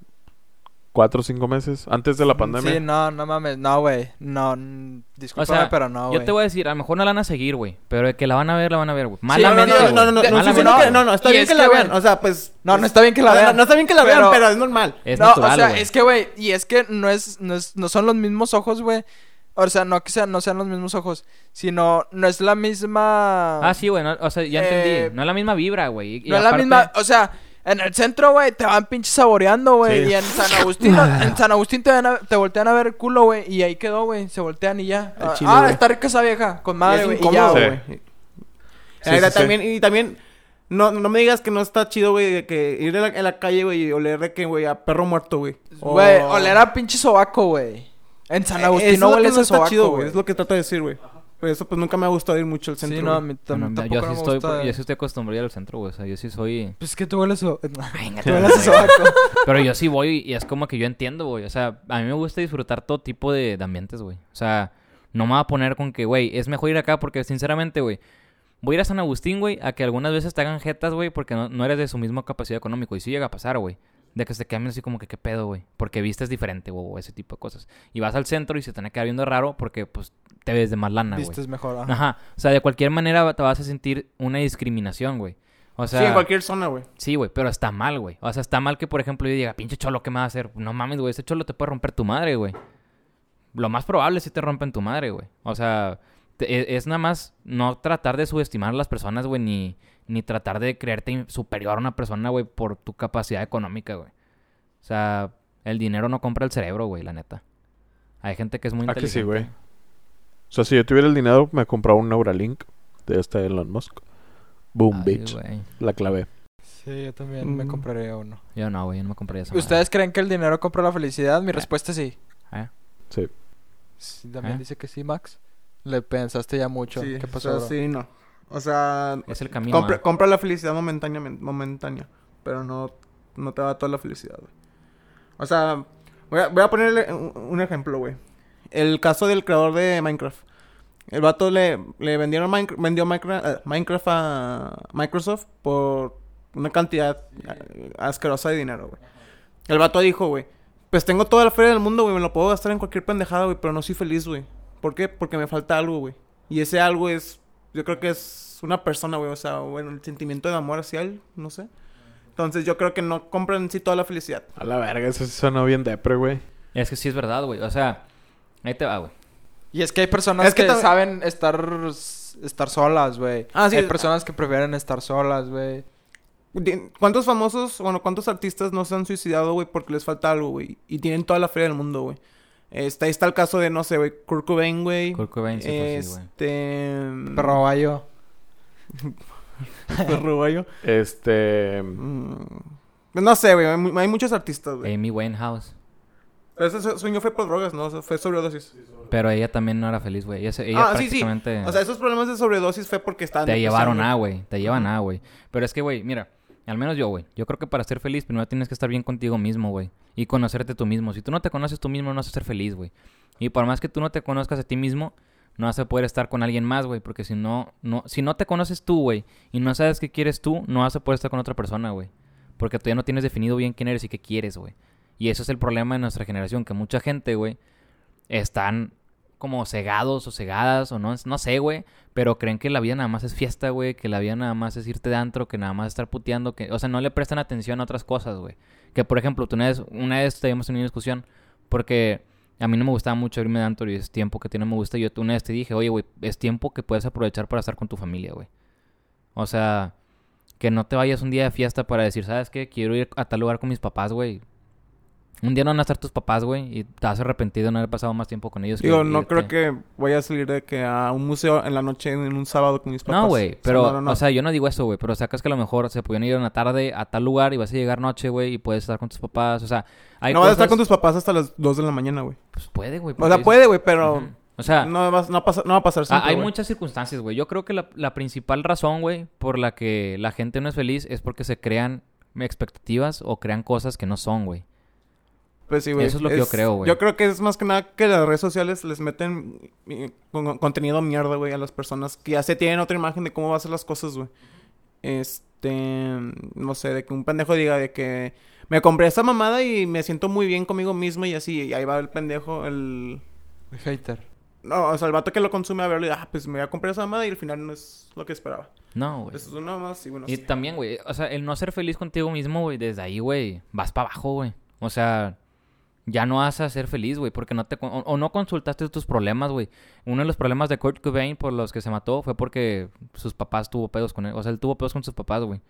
cuatro o cinco meses, antes de la pandemia. Sí, no, no mames. No, güey. No, mm, O discúlpame, sea, pero no, güey. yo te voy a decir, a lo mejor no la van a seguir, güey. Pero de que la van a ver, la van a ver, güey. No, no, Malamente, no, güey. no, no, no, no, no, Malamente, no, no, güey. no, no, está Y bien es que la Ah, que, vean, güey, o sea, pues... No, no está bien que la no, vean. No, no está bien que la vean, pero- eh, pero es normal. Es no, natural, o sea, güey. es que, güey, y es que no es, no es, no son los mismos ojos, güey. O sea, no que sean, no sean los mismos ojos, sino no es la misma. Ah, sí, güey. no, o sea, ya Eh, entendí. No es la misma vibra, güey. y- y No es la aparte- misma, o sea, en el centro, güey, te van pinche saboreando, güey, Sí. y en San Agustín, no- en San Agustín te, van a- te voltean a ver el culo, güey, y ahí quedó, güey, se voltean y ya. Al Ah, chile, ah, güey. está rica esa vieja, con Y madre, es güey, y ya, incómodo, Sí. güey. güey. Sí, Ahora sí, sí. también, y también, no, no me digas que no está chido, güey, de que ir a la, a la calle, güey, y oler de que, güey, a perro muerto, güey. Güey, O- eh, oler a pinche sobaco, güey. En San Agustín Oh. Eso no es lo que hueles a está sobaco, chido, güey. Es lo que trato de decir, güey. Por eso, pues, nunca me ha gustado ir mucho al centro. Sí, no, a güey. mí No, tam- no, no, tampoco yo sí no me estoy, gusta. yo sí estoy acostumbrado a ir al centro, güey. O sea, yo sí soy. Pues que tú hueles so- Venga, tú ah, hueles a sobaco. Pero yo sí voy y es como que yo entiendo, güey. O sea, a mí me gusta disfrutar todo tipo de, de ambientes, güey. O sea, no me va a poner con que, güey, es mejor ir acá porque, sinceramente, güey, Voy a ir a San Agustín, güey, a que algunas veces te hagan jetas, güey, porque no, no eres de su misma capacidad económica. Y sí llega a pasar, güey. De que se te quedan así como que, ¿qué pedo, güey? Porque vistes diferente, güey, o ese tipo de cosas. Y vas al centro y se te van a quedar viendo raro porque, pues, te ves de más Ah, lana, güey. Vistes mejor, ah. ajá. Ajá. O sea, de cualquier manera te vas a sentir una discriminación, güey. O sea, sí, en cualquier zona, güey. Sí, güey, pero está mal, güey. O sea, está mal que, por ejemplo, yo diga, pinche cholo, ¿qué me va a hacer? No mames, güey, ese cholo te puede romper tu madre, güey. Lo más probable es que te rompen tu madre, güey. O sea, te- e- es, nada más no tratar de subestimar a las personas, güey, ni, ni tratar de creerte in- superior a una persona, güey, por tu capacidad económica, güey. O sea, el dinero no compra el cerebro, güey, la neta. Hay gente que es muy Ah, que inteligente. sí, güey. O sea, si yo tuviera el dinero, me compraba un Neuralink de este Elon Musk. Boom, Ay, bitch. güey. La clavé. Sí, yo también me Mm. Ah. compraría uno. Yo no, güey, yo no me compraría esa madre. ¿Ustedes creen que el dinero compra la felicidad? Mi respuesta es sí. ¿Eh? Sí. Sí, También Ah. ¿Eh? dice que sí, Max. Le pensaste ya mucho. Sí, ¿Qué o pasó? sea, bro? sí, no. O sea, Es el camino. compra, ¿eh? compra la felicidad momentáneamente, momentánea, pero no, no te da toda la felicidad, güey. O sea, voy a, voy a ponerle un, un ejemplo, güey. El caso del creador de Minecraft. El vato le, le vendieron Minec- vendió Minecraft, Minecraft a Microsoft por una cantidad eh, asquerosa de dinero, güey. El vato dijo, güey, pues tengo toda la feria del mundo, güey, me lo puedo gastar en cualquier pendejada, güey, pero no soy feliz, güey. ¿Por qué? Porque me falta algo, güey. Y ese algo es, yo creo que es una persona, güey, o sea, bueno, el sentimiento de amor hacia él, no sé. Entonces yo creo que no compran en sí toda la felicidad. A la verga, eso sí sonó bien depre, güey. Es que sí es verdad, güey. O sea, ahí te va, güey. Y es que hay personas Es que que, también- saben estar estar solas, güey. Ah, sí. Hay personas que prefieren estar solas, güey. Di- ¿Cuántos famosos, bueno, cuántos artistas no se han suicidado, güey, porque les falta algo, güey? Y tienen toda la feria del mundo, güey. Está, ahí está el caso de, no sé, güey, Kurt Cobain, güey. Kurt Cobain sí fue así, güey. Este... Perro bayo. Perro gallo. Este. Mm. No sé, güey, hay, mu- hay muchos artistas, güey. Amy Winehouse. Pero ese su- sueño fue por drogas, ¿no? O sea, fue sobredosis. Pero ella también no era feliz, güey. Ella, se- ella Ah, sí, sí. prácticamente O sea, esos problemas de sobredosis fue porque estaban... te llevaron a, depresión, güey. Te llevan a, güey. Pero es que, güey, mira. Al menos yo, güey. Yo creo que para ser feliz primero tienes que estar bien contigo mismo, güey. Y conocerte tú mismo. Si tú no te conoces tú mismo, no vas a ser feliz, güey. Y por más que tú no te conozcas a ti mismo, no vas a poder estar con alguien más, güey. Porque si no, no, si no te conoces tú, güey, y no sabes qué quieres tú, no vas a poder estar con otra persona, güey. Porque todavía no tienes definido bien quién eres y qué quieres, güey. Y eso es el problema de nuestra generación, que mucha gente, güey, están como cegados o cegadas o no, no sé, güey. Pero creen que la vida nada más es fiesta, güey. Que la vida nada más es irte de antro, que nada más es estar puteando. Que... O sea, no le prestan atención a otras cosas, güey. Que, por ejemplo, tú una vez, una vez tuvimos una discusión porque a mí no me gustaba mucho irme de antro y es tiempo que tiene me gusta. Y yo una vez te dije, oye, güey, es tiempo que puedes aprovechar para estar con tu familia, güey. O sea, que no te vayas un día de fiesta para decir, ¿sabes qué? Quiero ir a tal lugar con mis papás, güey. Un día no van a estar tus papás, güey, y te vas arrepentido de no haber pasado más tiempo con ellos. que Digo, no irte. creo que voy a salir de que a un museo en la noche en un sábado con mis papás. No, güey, O sea, pero, no, no, no. o sea, yo no digo eso, güey, pero sacas que a lo mejor se pudieron ir una tarde a tal lugar y vas a llegar noche, güey, y puedes estar con tus papás, o sea, hay no vas a cosas... estar con tus papás hasta las 2 de la mañana, güey. Pues puede, güey. O porque sea, dices- puede, güey, pero Ujú. O sea, no, vas- no, pasa- no va a pasar Ah, siempre, hay güey. muchas circunstancias, güey. Yo creo que la, la principal razón, güey, por la que la gente no es feliz es porque se crean expectativas o crean cosas que no son, güey. Pues sí, güey. Eso es lo que yo creo, güey. Yo creo que es más que nada que las redes sociales les meten eh, con- con- contenido mierda, güey, a las personas que ya se tienen otra imagen de cómo va a ser las cosas, güey. Este, no sé, de que un pendejo diga de que me compré esa mamada y me siento muy bien conmigo mismo y así, y ahí va el pendejo, el... Hater. No, o sea, el vato que lo consume a verlo y, ah, pues me voy a comprar esa mamada y al final no es lo que esperaba. No, güey. Eso es una más y bueno, Pues Y sí. también, güey, o sea, el no ser feliz contigo mismo, güey, desde ahí, güey, vas para abajo, güey. O sea, ya no vas a ser feliz, güey, porque no te... con- O, o no consultaste tus problemas, güey. Uno de los problemas de Kurt Cobain por los que se mató fue porque sus papás tuvo pedos con él. O sea, él tuvo pedos con sus papás, güey.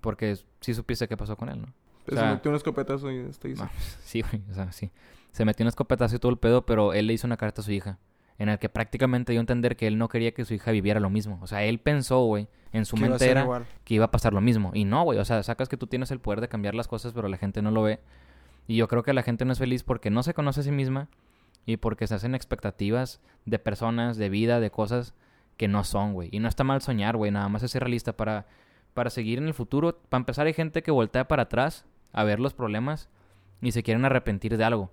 Porque sí supiste qué pasó con él, ¿no? o Pues, sea- se metió un escopetazo y este dice. No, sí, güey, o sea, sí. Se metió un escopetazo y todo el pedo, pero él le hizo una carta a su hija. En la que prácticamente dio a entender que él no quería que su hija viviera lo mismo. O sea, él pensó, güey, en su Que iba a mente ser era igual. que iba a pasar lo mismo. Y no, güey. O sea, sacas que tú tienes el poder de cambiar las cosas, pero la gente no lo ve. Y yo creo que la gente no es feliz porque no se conoce a sí misma y porque se hacen expectativas de personas, de vida, de cosas que no son, güey. Y no está mal soñar, güey. Nada más es ser realista para, para seguir en el futuro. Para empezar, hay gente que voltea para atrás a ver los problemas y se quieren arrepentir de algo.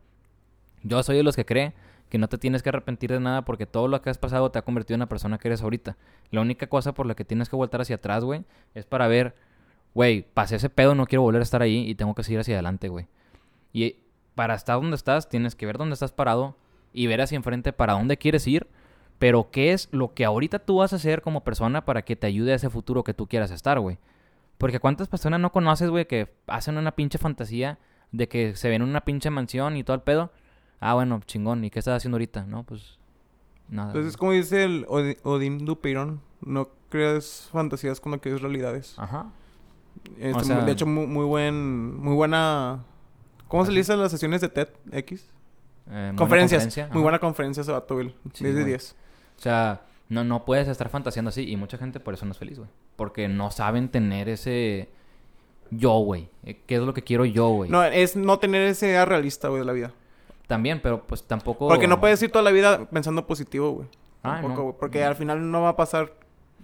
Yo soy de los que cree que no te tienes que arrepentir de nada porque todo lo que has pasado te ha convertido en la persona que eres ahorita. La única cosa por la que tienes que voltar hacia atrás, güey, es para ver, güey, pasé ese pedo, no quiero volver a estar ahí y tengo que seguir hacia adelante, güey. Y para estar donde estás, tienes que ver dónde estás parado y ver hacia enfrente para dónde quieres ir, pero qué es lo que ahorita tú vas a hacer como persona para que te ayude a ese futuro que tú quieras estar, güey. Porque cuántas personas no conoces, güey, que hacen una pinche fantasía de que se ven en una pinche mansión y todo el pedo. Ah, bueno, chingón. ¿Y qué estás haciendo ahorita? No, pues nada. Entonces, Pues como dice el Odi- Odín Dupeirón, no creas fantasías cuando creas realidades. Ajá. Este, Ah, O sea- De hecho, muy, muy buen... Muy buena... ¿Cómo se le dice a las sesiones de TED X? Eh, buena Conferencias. conferencia, Muy ajá. buena conferencia ese vato, Bill. Sí, 10 de güey. 10. O sea, no, no puedes estar fantaseando así. Y mucha gente por eso no es feliz, güey. Porque no saben tener ese yo, güey. Eh, ¿Qué es lo que quiero yo, güey? No, eh. es no tener esa idea realista, güey, de la vida. También, pero pues tampoco... Porque no puedes ir toda la vida pensando positivo, güey. Ah, Tampoco, no. güey, Porque al final no va a pasar...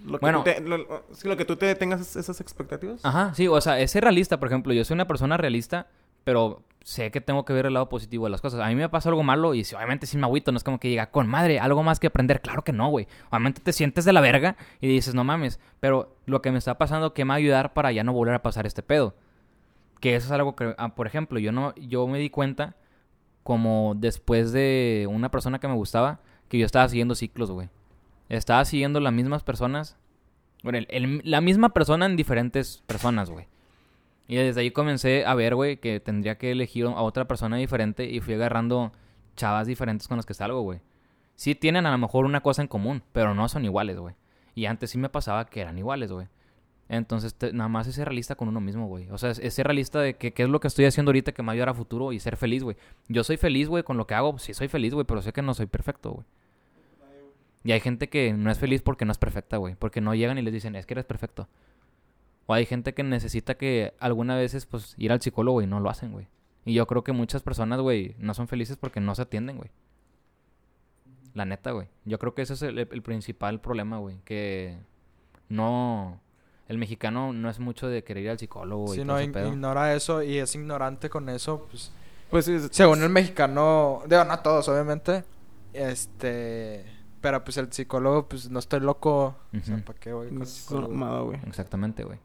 Lo que Bueno. tú te- lo- lo- sí, lo que tú te tengas es- esas expectativas. Ajá, sí, o sea, es ser realista, por ejemplo. Yo soy una persona realista, pero sé que tengo que ver el lado positivo de las cosas. A mí me pasa algo malo y sí, obviamente sin me agüito, no es como que diga, con madre, algo más que aprender. Claro que no, güey. Obviamente te sientes de la verga y dices, no mames, pero lo que me está pasando, ¿qué me va a ayudar para ya no volver a pasar este pedo? Que eso es algo que, ah, por ejemplo, yo, no, yo me di cuenta como después de una persona que me gustaba, que yo estaba siguiendo ciclos, güey. Estaba siguiendo las mismas personas bueno, el- el- la misma persona en diferentes personas, güey. Y desde ahí comencé a ver, güey, que tendría que elegir a otra persona diferente y fui agarrando chavas diferentes con las que salgo, güey. Sí tienen a lo mejor una cosa en común, pero no son iguales, güey. Y antes sí me pasaba que eran iguales, güey. Entonces, te- nada más es ser realista con uno mismo, güey. O sea, es, es ser realista de que, qué es lo que estoy haciendo ahorita que me va a ayudar a futuro y ser feliz, güey. Yo soy feliz, güey, con lo que hago. Sí soy feliz, güey, pero sé que no soy perfecto, güey. Y hay gente que no es feliz porque no es perfecta, güey. Porque no llegan y les dicen, es que eres perfecto. O hay gente que necesita que algunas veces, pues, ir al psicólogo y no lo hacen, güey. Y yo creo que muchas personas, güey, no son felices porque no se atienden, güey. La neta, güey. Yo creo que ese es el, el principal problema, güey. Que no... El mexicano no es mucho de querer ir al psicólogo y Si todo no ese ig- pedo. ignora eso y es ignorante con eso, pues Pues es- según el mexicano, digo, no todos obviamente, este, pero pues el psicólogo pues no estoy loco, o sea, Ujú. ¿para qué voy con el es psicólogo? mamada, güey. Exactamente, güey.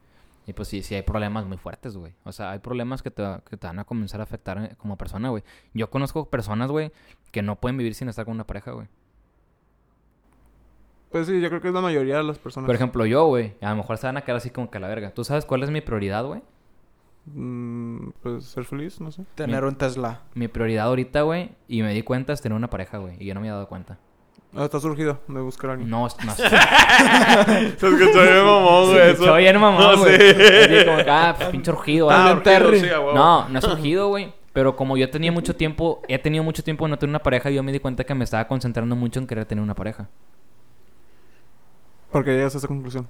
Y pues sí, sí hay problemas muy fuertes, güey. O sea, hay problemas que te, va- que te van a comenzar a afectar eh, como persona, güey. Yo conozco personas, güey, que no pueden vivir sin estar con una pareja, güey. Pues sí, yo creo que es la mayoría de las personas. Por ejemplo, yo, güey, a lo mejor se van a quedar así como que a la verga. ¿Tú sabes cuál es mi prioridad, güey? Mm, pues ser feliz, no sé. Tener un Tesla. Mi prioridad ahorita, güey, y me di cuenta es tener una pareja, güey. Y yo no me he dado cuenta. Ah, está surgido de buscar a alguien. No, es- no. Se escuchó bien mamón, güey. eso. Soy bien mamón, No, güey. sí. Así como que, ah, pinche urgido. Ah, ah, urgido, Terry. sí, a huevo. No, no es surgido, güey. Pero como yo tenía mucho tiempo, he tenido mucho tiempo de no tener una pareja, yo me di cuenta que me estaba concentrando mucho en querer tener una pareja. Porque llegas a esa conclusión.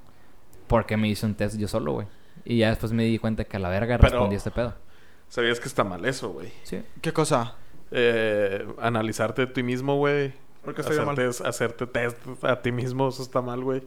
Porque me hice un test yo solo, güey. Y ya después me di cuenta que a la verga Pero- respondí a este pedo. Sabías que está mal eso, güey. Sí. ¿Qué cosa? Eh, analizarte a ti mismo, güey. Porque estoy mal. Hacerte, hacerte test a ti mismo, eso está mal, güey.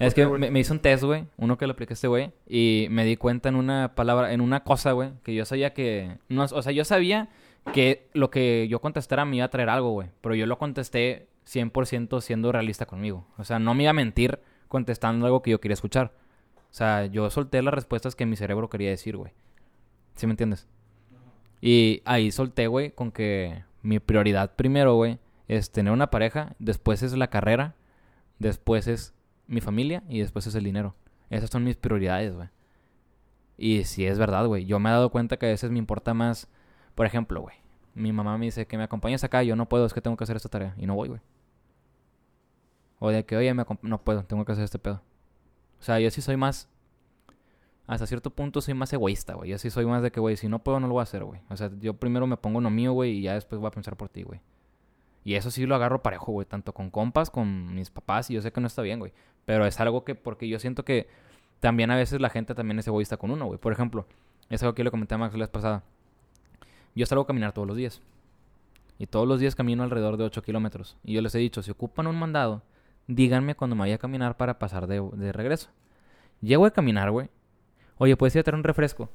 Es qué, que güey? me, me hizo un test, güey. Uno que lo apliqué a este güey. Y me di cuenta en una palabra, en una cosa, güey. Que yo sabía que. No, o sea, yo sabía que lo que yo contestara me iba a traer algo, güey. Pero yo lo contesté 100% siendo realista conmigo. O sea, no me iba a mentir contestando algo que yo quería escuchar. O sea, yo solté las respuestas que mi cerebro quería decir, güey. ¿Sí me entiendes? Y ahí solté, güey, con que mi prioridad primero, güey, es tener una pareja, después es la carrera, después es mi familia y después es el dinero. Esas son mis prioridades, güey. Y sí es verdad, güey. Yo me he dado cuenta que a veces me importa más, por ejemplo, güey. Mi mamá me dice que me acompañes acá, yo no puedo, es que tengo que hacer esta tarea y no voy, güey. O de que, oye, me acom- no puedo, tengo que hacer este pedo. O sea, yo sí soy más hasta cierto punto soy más egoísta, güey. Yo sí soy más de que, güey, si no puedo, no lo voy a hacer, güey. O sea, yo primero me pongo en lo mío, güey, y ya después voy a pensar por ti, güey. Y eso sí lo agarro parejo, güey, tanto con compas, con mis papás, y yo sé que no está bien, güey. Pero es algo que, porque yo siento que también a veces la gente también es egoísta con uno, güey. Por ejemplo, es algo que yo le comenté a Max la vez pasada. Yo salgo a caminar todos los días. Y todos los días camino alrededor de 8 kilómetros. Y yo les he dicho, si ocupan un mandado, díganme cuando me vaya a caminar para pasar de, de regreso. Llego a caminar, güey. Oye, ¿puedes ir a traer un refresco?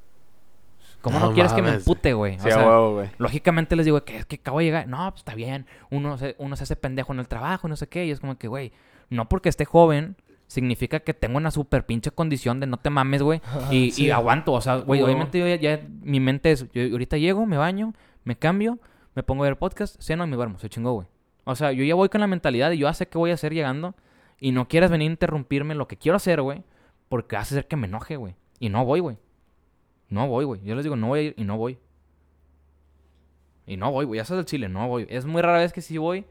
¿Cómo no, No quieres que me mames. empute, güey? O Sí, a sea, huevo, güey. Lógicamente les digo que es que acabo de llegar. No, pues está bien. Uno se, uno se hace pendejo en el trabajo y no sé qué. Y es como que, güey, no porque esté joven significa que tengo una super pinche condición de no te mames, güey. Y, y aguanto. O sea, güey, Huevo. obviamente yo ya, ya- mi mente es, yo ahorita llego, me baño, me cambio, me pongo a ver podcast, ceno y me duermo. Se chingó, güey. O sea, yo ya voy con la mentalidad y yo ya sé qué voy a hacer llegando. Y no quieras venir a interrumpirme lo que quiero hacer, güey. Porque vas a hacer que me enoje, güey. Y no voy, güey. No voy, güey. Yo les digo, no voy a ir y no voy. Y no voy, güey. Ya sabes el chile, no voy. Es muy rara vez que sí voy.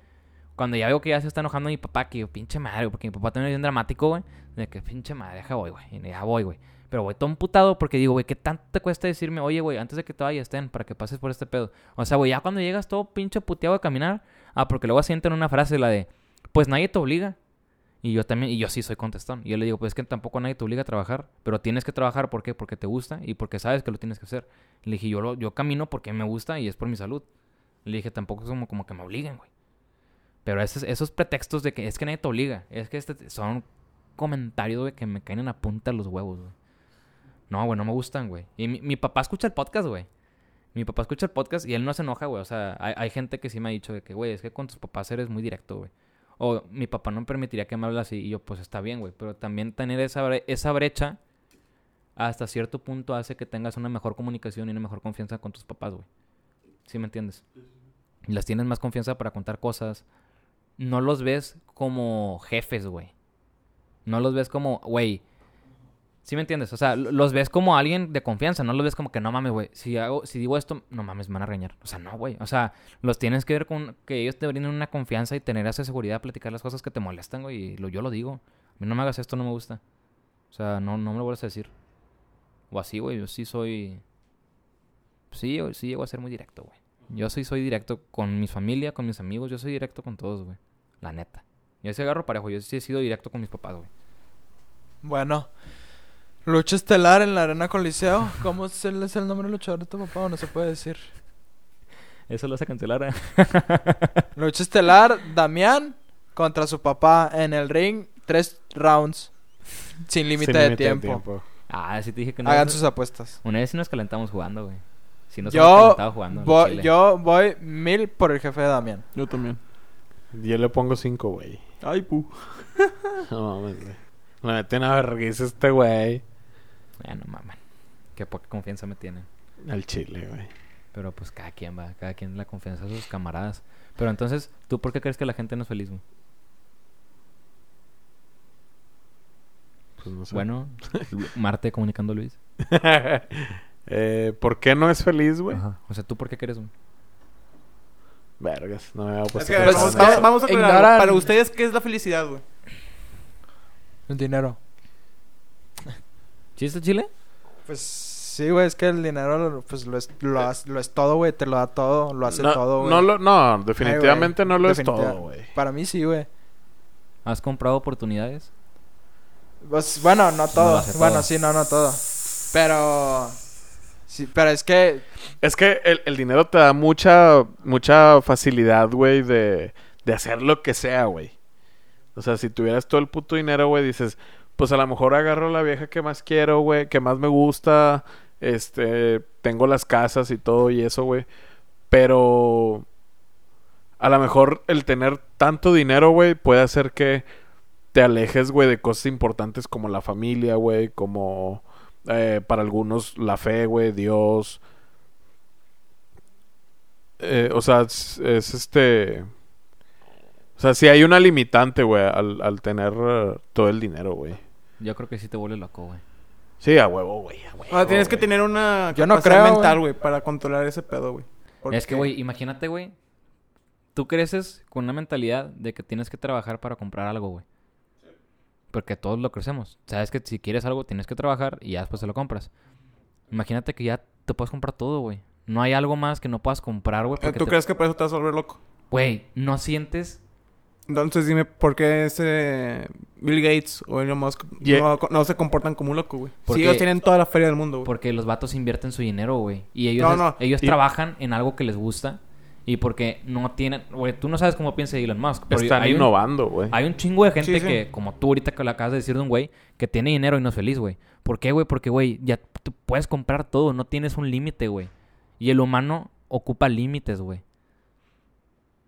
Cuando ya veo que ya se está enojando mi papá, que yo, pinche madre, güey, porque mi papá también es bien dramático, güey. De que, pinche madre, deja voy, güey. Y Ya voy, güey. Pero voy todo emputado porque digo, güey, ¿qué tanto te cuesta decirme, oye, güey, antes de que te vayas, estén, para que pases por este pedo? O sea, güey, ya cuando llegas todo pinche puteado a caminar, ah, porque luego asienten una frase, la de, pues nadie te obliga. Y yo también, y yo sí soy contestón. Y yo le digo, pues es que tampoco nadie te obliga a trabajar, pero tienes que trabajar, ¿por qué? Porque te gusta y porque sabes que lo tienes que hacer. Le dije, yo, lo, yo camino porque me gusta y es por mi salud. Le dije, tampoco es como, como que me obliguen, güey. Pero esos, esos pretextos de que es que nadie te obliga, es que este, son comentarios, güey, que me caen en la punta de los huevos, güey. No, güey, no me gustan, güey. Y mi, mi papá escucha el podcast, güey. Mi papá escucha el podcast y él no se enoja, güey. O sea, hay, hay gente que sí me ha dicho de que, güey, es que con tus papás eres muy directo, güey. O mi papá no me permitiría que me hable así. Y yo, pues está bien, güey. Pero también tener esa, bre- esa brecha hasta cierto punto hace que tengas una mejor comunicación y una mejor confianza con tus papás, güey. ¿Sí me entiendes? Y las tienes más confianza para contar cosas. No los ves como jefes, güey. No los ves como, güey. ¿Sí me entiendes? O sea, lo- los ves como alguien de confianza. No los ves como que no mames, güey. Si hago, si digo esto, no mames, me van a reñar. O sea, no, güey. O sea, los tienes que ver con que ellos te brinden una confianza y tener esa seguridad, platicar las cosas que te molestan, güey. Y lo, yo lo digo. A mí no me hagas esto, no me gusta. O sea, no, no me lo vuelvas a decir. O así, güey. Yo sí soy. Sí, yo- sí llego a ser muy directo, güey. Yo sí soy directo con mi familia, con mis amigos. Yo soy directo con todos, güey. La neta. Yo sí agarro parejo. Yo sí he sido directo con mis papás, güey. Bueno. Lucha estelar en la arena coliseo. ¿Cómo es el, es el nombre del luchador de tu papá o no se puede decir? Eso lo vas a cancelar, ¿eh? Lucha estelar, Damián contra su papá en el ring, tres rounds. Sin límite Sin de tiempo. Ah, sí te dije que no. Hagan sus apuestas. Una vez sí nos calentamos jugando, güey. Sí nos hemos Yo calentado jugando. al voy, chile. yo voy mil por el jefe de Damián. Yo también. Yo le pongo cinco, güey. Ay, pu. No mames, güey. Le meten a vergüenza este güey. Ah, no mames. Qué poca confianza me tienen. Al chile, güey. Pero pues cada quien va. Cada quien la confianza de sus camaradas. Pero entonces, ¿tú por qué crees que la gente no es feliz, güey? Pues no sé. Bueno, Lu- Marte comunicando a Luis. Eh, ¿Por qué no es feliz, güey? Ajá. O sea, ¿tú por qué crees, güey? Vergas, no me había puesto Es que, a a ver, Pues pensar vamos, es en eso. que vamos- vamos a aclarar. algo. ignoran- Para ustedes, ¿qué es la felicidad, güey? El dinero. ¿Sí está Chile? Pues sí, güey, es que el dinero lo- pues, lo, es, Eh. lo, has- lo es todo, güey. Te lo da todo, lo hace no, todo, güey. no, lo- no, definitivamente Ay, güey. no lo Definitiva- es todo, güey. Para mí sí, güey. ¿Has comprado oportunidades? Pues, bueno, no todo. hace bueno, todo. sí, no, no todo. Pero. Sí, pero es que. Es que el, el dinero te da mucha, mucha facilidad, güey, de, de hacer lo que sea, güey. O sea, si tuvieras todo el puto dinero, güey, dices, pues a lo mejor agarro la vieja que más quiero, güey, que más me gusta, este, tengo las casas y todo y eso, güey. Pero a lo mejor el tener tanto dinero, güey, puede hacer que te alejes, güey, de cosas importantes como la familia, güey, como eh, para algunos la fe, güey, Dios, eh, o sea, es, es este. O sea, sí hay una limitante, güey, al, al tener eh, todo el dinero, güey. Yo creo que sí te vuelve loco, güey. Sí, a huevo, güey, a huevo. O sea, tienes que Oh, güey. tener una Yo no capacidad creo, mental, güey, para controlar ese pedo, güey. Es que, güey, imagínate, güey. Tú creces con una mentalidad de que tienes que trabajar para comprar algo, güey. Porque todos lo crecemos. Sabes que si quieres algo, tienes que trabajar y ya después te lo compras. Imagínate que ya te puedes comprar todo, güey. No hay algo más que no puedas comprar, güey. Eh, porque ¿Tú te- crees que por eso te vas a volver loco? Güey, no sientes... Entonces dime por qué ese Bill Gates o Elon Musk Ye- no, no se comportan como un loco, güey. Porque- Si ellos tienen toda la feria del mundo, güey. Porque los vatos invierten su dinero, güey. Y ellos, No, es- no. ellos Y- trabajan en algo que les gusta. Y porque no tienen... Güey, tú no sabes cómo piensa Elon Musk. pero Están hay un- innovando, güey. hay un chingo de gente Sí, sí. que, como tú ahorita que lo acabas de decir de un güey, que tiene dinero y no es feliz, güey. ¿Por qué, güey? Porque, güey, ya tú puedes comprar todo, no tienes un límite, güey. Y el humano ocupa límites, güey.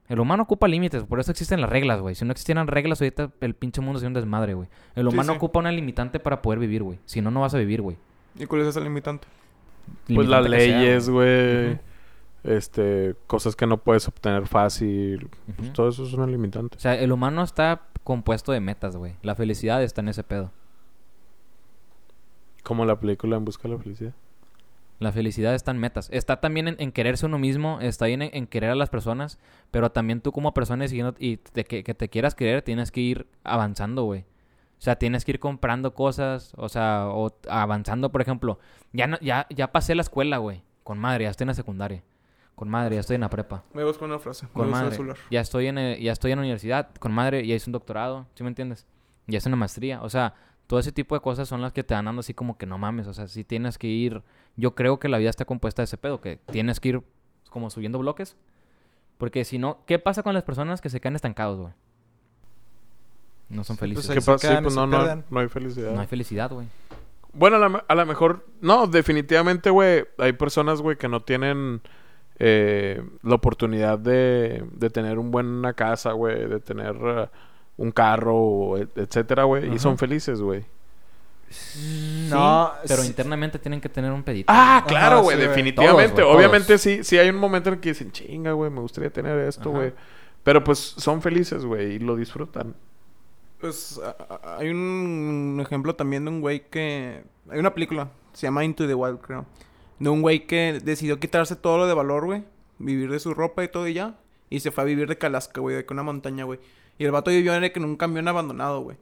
El humano ocupa límites, por eso existen las reglas, güey. Si no existieran reglas, ahorita el pinche mundo sería un desmadre, güey. El Sí, humano sí. ocupa una limitante para poder vivir, güey. Si no, no vas a vivir, güey. ¿Y cuál es el limitante? Pues las Limitante que sea, leyes, güey. Ujú. Este, cosas que no puedes obtener fácil. güey. Pues Ujú. todo eso es una limitante. O sea, el humano está compuesto de metas, güey. La felicidad está en ese pedo. Como la película En Busca de la Felicidad. La felicidad está en metas. Está también en, en quererse uno mismo, está bien en, en querer a las personas, pero también tú como persona y, siguiendo- y te- que, que te quieras querer, tienes que ir avanzando, güey. O sea, tienes que ir comprando cosas, o sea, o t- avanzando, por ejemplo. Ya, no- ya, ya pasé la escuela, güey. Con madre, ya estoy en la secundaria. Con madre, ya estoy en la prepa. Me busco una frase. Me Con gusta el madre, celular. ya estoy, en, eh, ya estoy en la universidad. Con madre, ya hice un doctorado, ¿sí me entiendes? Ya hice una maestría. O sea, todo ese tipo de cosas son las que te van dando así como que no mames. O sea, si tienes que ir... Yo creo que la vida está compuesta de ese pedo, que tienes que ir como subiendo bloques. Porque si no, ¿qué pasa con las personas que se quedan estancados, güey? No son Sí, pues, felices. ahí ¿Qué se pasa? Sí, quedan y pues se no, no, pierden. no hay felicidad. no hay felicidad, güey. Bueno, a la me- a lo mejor... No, definitivamente, güey. Hay personas, güey, que no tienen... eh, la oportunidad de, de tener un buena casa, güey. De tener eh, un carro, et- etcétera, güey. Y Ajá. son felices, güey. No, Sí, pero sí. internamente tienen que tener un pedito. Ah, Ajá, claro, güey, sí, güey. definitivamente. Todos, güey, Obviamente todos. sí, sí hay un momento en el que dicen, chinga, güey, me gustaría tener esto, Ajá. güey. Pero pues son felices, güey, y lo disfrutan. Pues a- a- hay un ejemplo también de un güey que... Hay una película, se llama Into the Wild, creo. De un güey que decidió quitarse todo lo de valor, güey. Vivir de su ropa y todo y ya. Y se fue a vivir de Calasca, güey, de que una montaña, güey. Y el vato vivió en, el- en un camión abandonado, güey.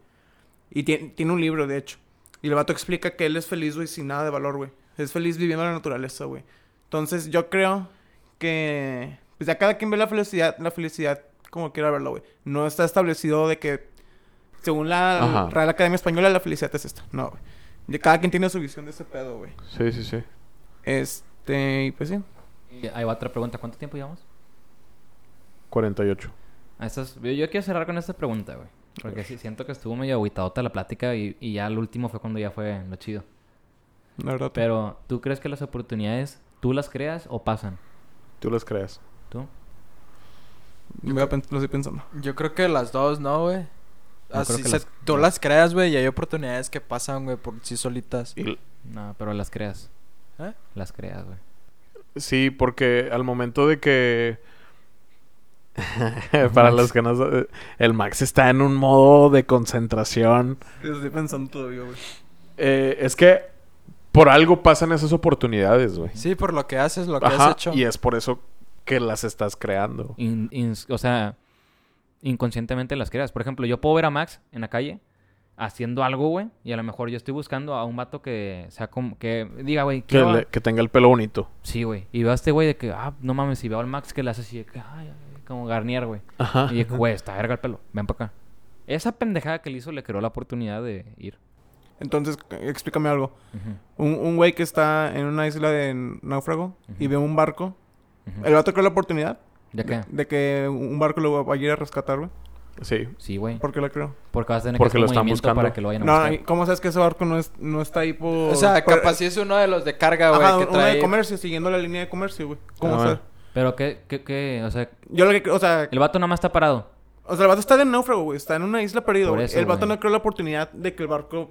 Y tiene, tiene un libro, de hecho. Y el vato explica que él es feliz, güey, sin nada de valor, güey. Es feliz viviendo en la naturaleza, güey. Entonces yo creo que... Pues ya cada quien ve la felicidad, la felicidad como quiera verla, güey. No está establecido de que... Según la Ajá. Real Academia Española, la felicidad es esta. No, güey. De- Cada quien tiene su visión de ese pedo, güey. Sí, sí, sí. Este, y pues sí. Y Ahí va otra pregunta. ¿Cuánto tiempo llevamos? 48. Ah, esta es- Yo, yo quiero cerrar con esta pregunta, güey. Porque sí, siento que estuvo medio aguitadota la plática y, y ya el último fue cuando ya fue lo chido. La verdad. Pero, ¿tú crees que las oportunidades tú las creas o pasan? Tú las creas. ¿Tú? voy a pen- lo estoy pensando. Yo creo que las dos, ¿no, güey? creo Así que se- las- tú las creas, güey, y hay oportunidades que pasan, güey, por sí solitas. Y- No, pero las creas. ¿Eh? Las creas, güey. Sí, porque al momento de que... Para los que no saben, el Max está en un modo de concentración. Lo estoy pensando todavía, güey. Eh, es que por algo pasan esas oportunidades, güey. Sí, por lo que haces, lo que has Ajá, hecho. y es por eso que las estás creando. In- ins- o sea, inconscientemente las creas. Por ejemplo, yo puedo ver a Max en la calle haciendo algo, güey, y a lo mejor yo estoy buscando a un vato que sea como que diga, güey, Que, quiero a- le- que tenga el pelo bonito. Sí, güey. Y veo a este güey de que, ah, no mames, y veo al Max que le hace así de que, ay, ay, como Garnier, güey. Ajá. Y dije, güey, está verga el pelo, ven para acá. Esa pendejada que le hizo le creó la oportunidad de ir. Entonces, c- explícame algo. Ujú, Un, un güey que está en una isla de náufrago y Ujú. ve un barco. ujú. El vato creó la oportunidad ¿De qué? de que un barco lo va a ir a rescatar, güey. Sí. Sí, güey. ¿Por qué la creo? Porque vas a tener Porque que hacer lo un están movimiento buscando. para que lo vayan a No, buscar. no, ¿cómo sabes que ese barco no, es, no está ahí por. O sea, por- capaz sí es uno de los de carga, güey, Ajá, que una de trae... comercio, siguiendo la línea de comercio, güey. ¿Cómo Ah, sabes? Pero qué, qué, qué, o sea, Yo lo que creo, o sea, el vato nada más está parado. o sea, el vato está de náufrago, güey. Está en una isla perdido, Por güey. eso, El vato güey. no creó la oportunidad de que el barco,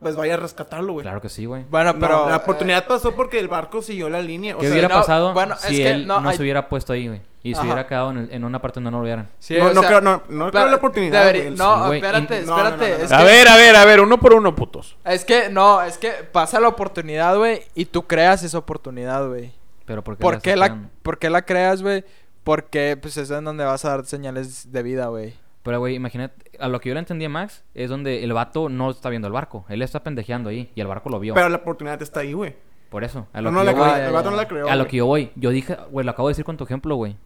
pues, vaya a rescatarlo, güey. Claro que sí, güey. Bueno, No, pero... la eh, oportunidad pasó porque el barco siguió la línea. O ¿Qué sea, hubiera no, pasado bueno, es si que él no, no, hay- se hubiera puesto ahí, güey? Y se Ajá. hubiera quedado en, el- en una parte donde no lo vieran. eh, sí, no, o no sea, creo- no- no creo la oportunidad, debería- güey, el no, güey, espérate, in- no, no, no, espérate. no, es no. A que- ver, a ver, a ver, uno por uno, putos. Es que, no, es que pasa la oportunidad, güey, y tú creas esa oportunidad, güey. Pero ¿por qué, ¿Por qué, la, están- ¿Por qué la creas, güey? Porque, pues, es en donde vas a dar señales de vida, güey. Pero, güey, imagínate, a lo que yo le entendí a Max, es donde el vato no está viendo el barco. Él está pendejeando ahí y el barco lo vio. Pero la oportunidad está ahí, güey. Por eso. A No, lo no que la yo creo, voy- ya, el ya, vato no ya. la creó. A lo güey. que yo voy, yo dije, güey, lo acabo de decir con tu ejemplo, güey.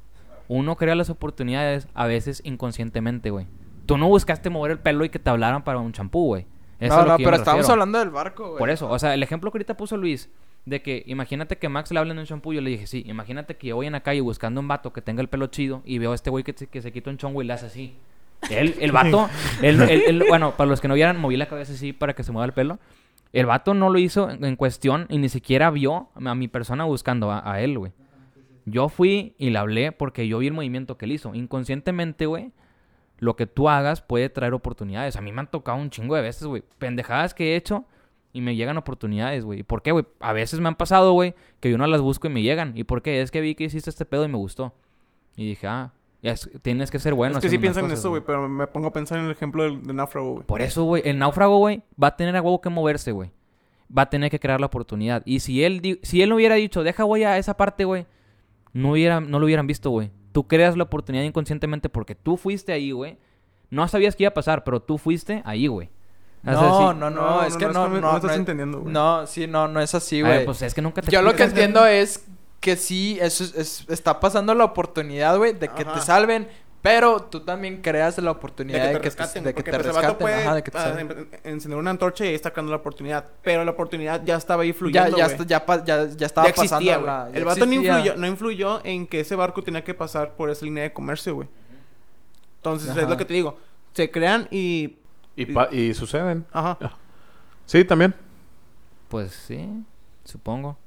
Uno crea las oportunidades a veces inconscientemente, güey. Tú no buscaste mover el pelo y que te hablaran para un champú, güey. Eso es no, a lo no, que yo pero me estamos refiero. hablando del barco, güey. Por eso, o sea, el ejemplo que ahorita puso Luis de que imagínate que Max le habla en un champú. Yo le dije, sí, imagínate que yo voy en la calle buscando un vato que tenga el pelo chido y veo a este güey que, se- que se quita un chongo y le hace así. Él, el vato, él- él- él- bueno, para los que no vieran, moví la cabeza así para que se mueva el pelo. El vato no lo hizo en, en cuestión y ni siquiera vio a mi persona buscando a, a él, güey. Yo fui y le hablé porque yo vi el movimiento que él hizo. Inconscientemente, güey, lo que tú hagas puede traer oportunidades. A mí me han tocado un chingo de veces, güey. Pendejadas que he hecho y me llegan oportunidades, güey. ¿Por qué, güey? A veces me han pasado, güey, que yo no las busco y me llegan. ¿Y por qué? Es que vi que hiciste este pedo y me gustó. Y dije, ah, es- tienes que ser bueno. es que sí haciendo las piensan en cosas, eso, güey, pero me pongo a pensar en el ejemplo del, del náufrago, güey. por eso, güey, el náufrago, güey, va a tener a huevo que moverse, güey. Va a tener que crear la oportunidad. Y si él, di- si él no hubiera dicho, deja, güey, a esa parte, güey, no, hubiera, no lo hubieran visto, güey. Tú creas la oportunidad inconscientemente porque tú fuiste ahí, güey. No sabías que iba a pasar, pero tú fuiste ahí, güey. O sea, No, sí. no, no, No, es no, que no, no, es no, que no estás es- entendiendo, güey. No, sí, no, no es así, A ver, güey. pues es que nunca te Yo lo que explicas. entiendo es que sí, eso es, es- está pasando la oportunidad, güey, de que Ajá. te salven, pero tú también creas la De oportunidad que de te que te, rescaten, de que porque, te pues, el vato rescaten, puede, ajá, de que te ah, salven. en- encender una antorcha y ahí está sacando la oportunidad. Pero la oportunidad ya estaba ahí Ya, fluyendo, ya, güey. está- ya, pa- ya, ya estaba Ya pasando existía, la- güey. ya El vato no existía. influyó, no influyó en que ese barco tenía que pasar por esa línea de comercio, güey. Entonces, es Ajá. lo que te digo. Se crean y... Y, pa- y suceden. Ajá. Sí, también. Pues sí, supongo.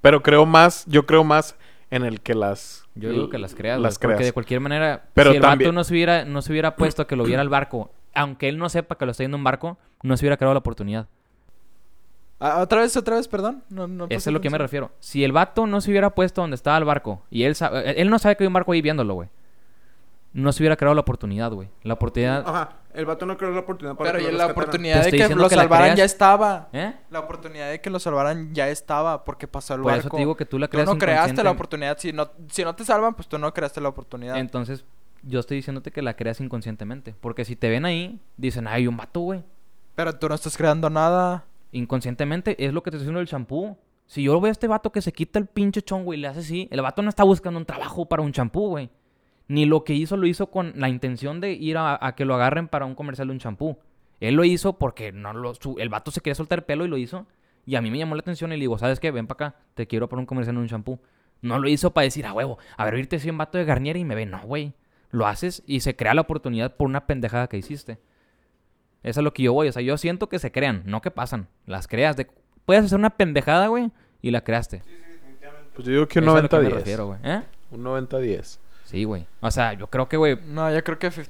Pero creo más, yo creo más en el que las... Yo digo que las creas, Las güey, Porque creas. de cualquier manera, Pero si el vato también- no se hubiera, no se hubiera puesto a que lo viera el barco, aunque él no sepa que lo está viendo un barco, no se hubiera creado la oportunidad. Ah, otra vez, otra vez, perdón. No, no pues, Eso puse es lo que me atención. refiero. Si el vato no se hubiera puesto donde estaba el barco y él sabe, él no sabe que hay un barco ahí viéndolo, güey. No se hubiera creado la oportunidad, güey. La oportunidad, Ajá. El vato no creó la oportunidad para Pero que ya lo la rescataran. oportunidad Te de estoy que diciendo lo que la salvaran creas. ya estaba. ¿eh? La oportunidad de que lo salvaran ya estaba porque pasó el Por barco. eso te digo que tú la Tú creas no creaste la inconscientemente. oportunidad. Si no, si no te salvan, pues tú no creaste la oportunidad. Entonces, yo estoy diciéndote que la creas inconscientemente, porque si te ven ahí, dicen, "Ay, hay un vato, güey." Pero tú no estás creando nada. Inconscientemente es lo que te estoy diciendo el champú. Si yo veo a este vato que se quita el pinche chongo y le hace así, el vato no está buscando un trabajo para un champú, güey. Ni lo que hizo lo hizo con la intención de ir a, a que lo agarren para un comercial de un champú. Él lo hizo porque no lo, su- el vato se quería soltar el pelo y lo hizo. Y a mí me llamó la atención y le digo, ¿sabes qué? Ven para acá, te quiero para un comercial de un champú. No lo hizo para decir, a huevo, a ver, irte así un vato de Garnier y me ve. No, güey. Lo haces y se crea la oportunidad por una pendejada que hiciste. Eso es lo que yo voy. O sea, yo siento que se crean, no que pasan. Las creas. De... Puedes hacer una pendejada, güey, y la creaste. Pues yo digo que un Eso es a lo que me 90-10. refiero, güey. ¿Eh? Un 90-10. Sí, güey. O sea, yo creo que, güey. No, yo creo que. fif-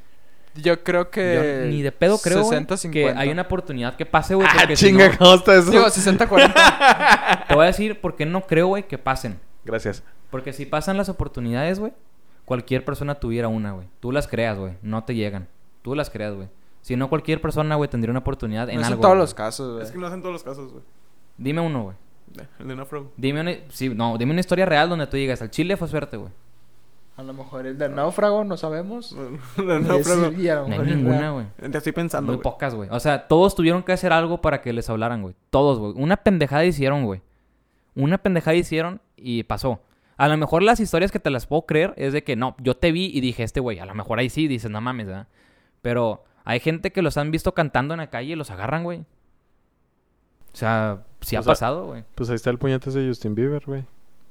Yo creo que. yo ni de pedo creo güey, 60, 50. que hay una oportunidad que pase, güey. Ah, porque si chinga, no- ¿cómo está eso? Digo, 60, 40. te voy a decir por qué no creo, güey, que pasen. Gracias. Porque si pasan las oportunidades, güey, cualquier persona tuviera una, güey. Tú las creas, güey. No te llegan. Tú las creas, güey. Si no, cualquier persona, güey, tendría una oportunidad en no es algo. en todos güey. los casos, güey. Es que no hacen todos los casos, güey. Dime uno, güey. El de náufrago. Dime una... Sí, no, dime una historia real donde tú digas, al Chile fue suerte, güey. A lo mejor el del náufrago, no sabemos. El del náufrago. Sí, y a lo No hay mejor es ninguna, real. güey. Te estoy pensando, Muy güey. pocas, güey. O sea, todos tuvieron que hacer algo para que les hablaran, güey. Todos, güey. Una pendejada hicieron, güey. Una pendejada hicieron y pasó. A lo mejor las historias que te las puedo creer es de que no, yo te vi y dije, este güey, a lo mejor ahí sí, dices, no mames, ¿verdad? Pero hay gente que los han visto cantando en la calle y los agarran, güey. O sea, sí O ha sea- pasado, güey. Pues ahí está el puñetazo de Justin Bieber, güey.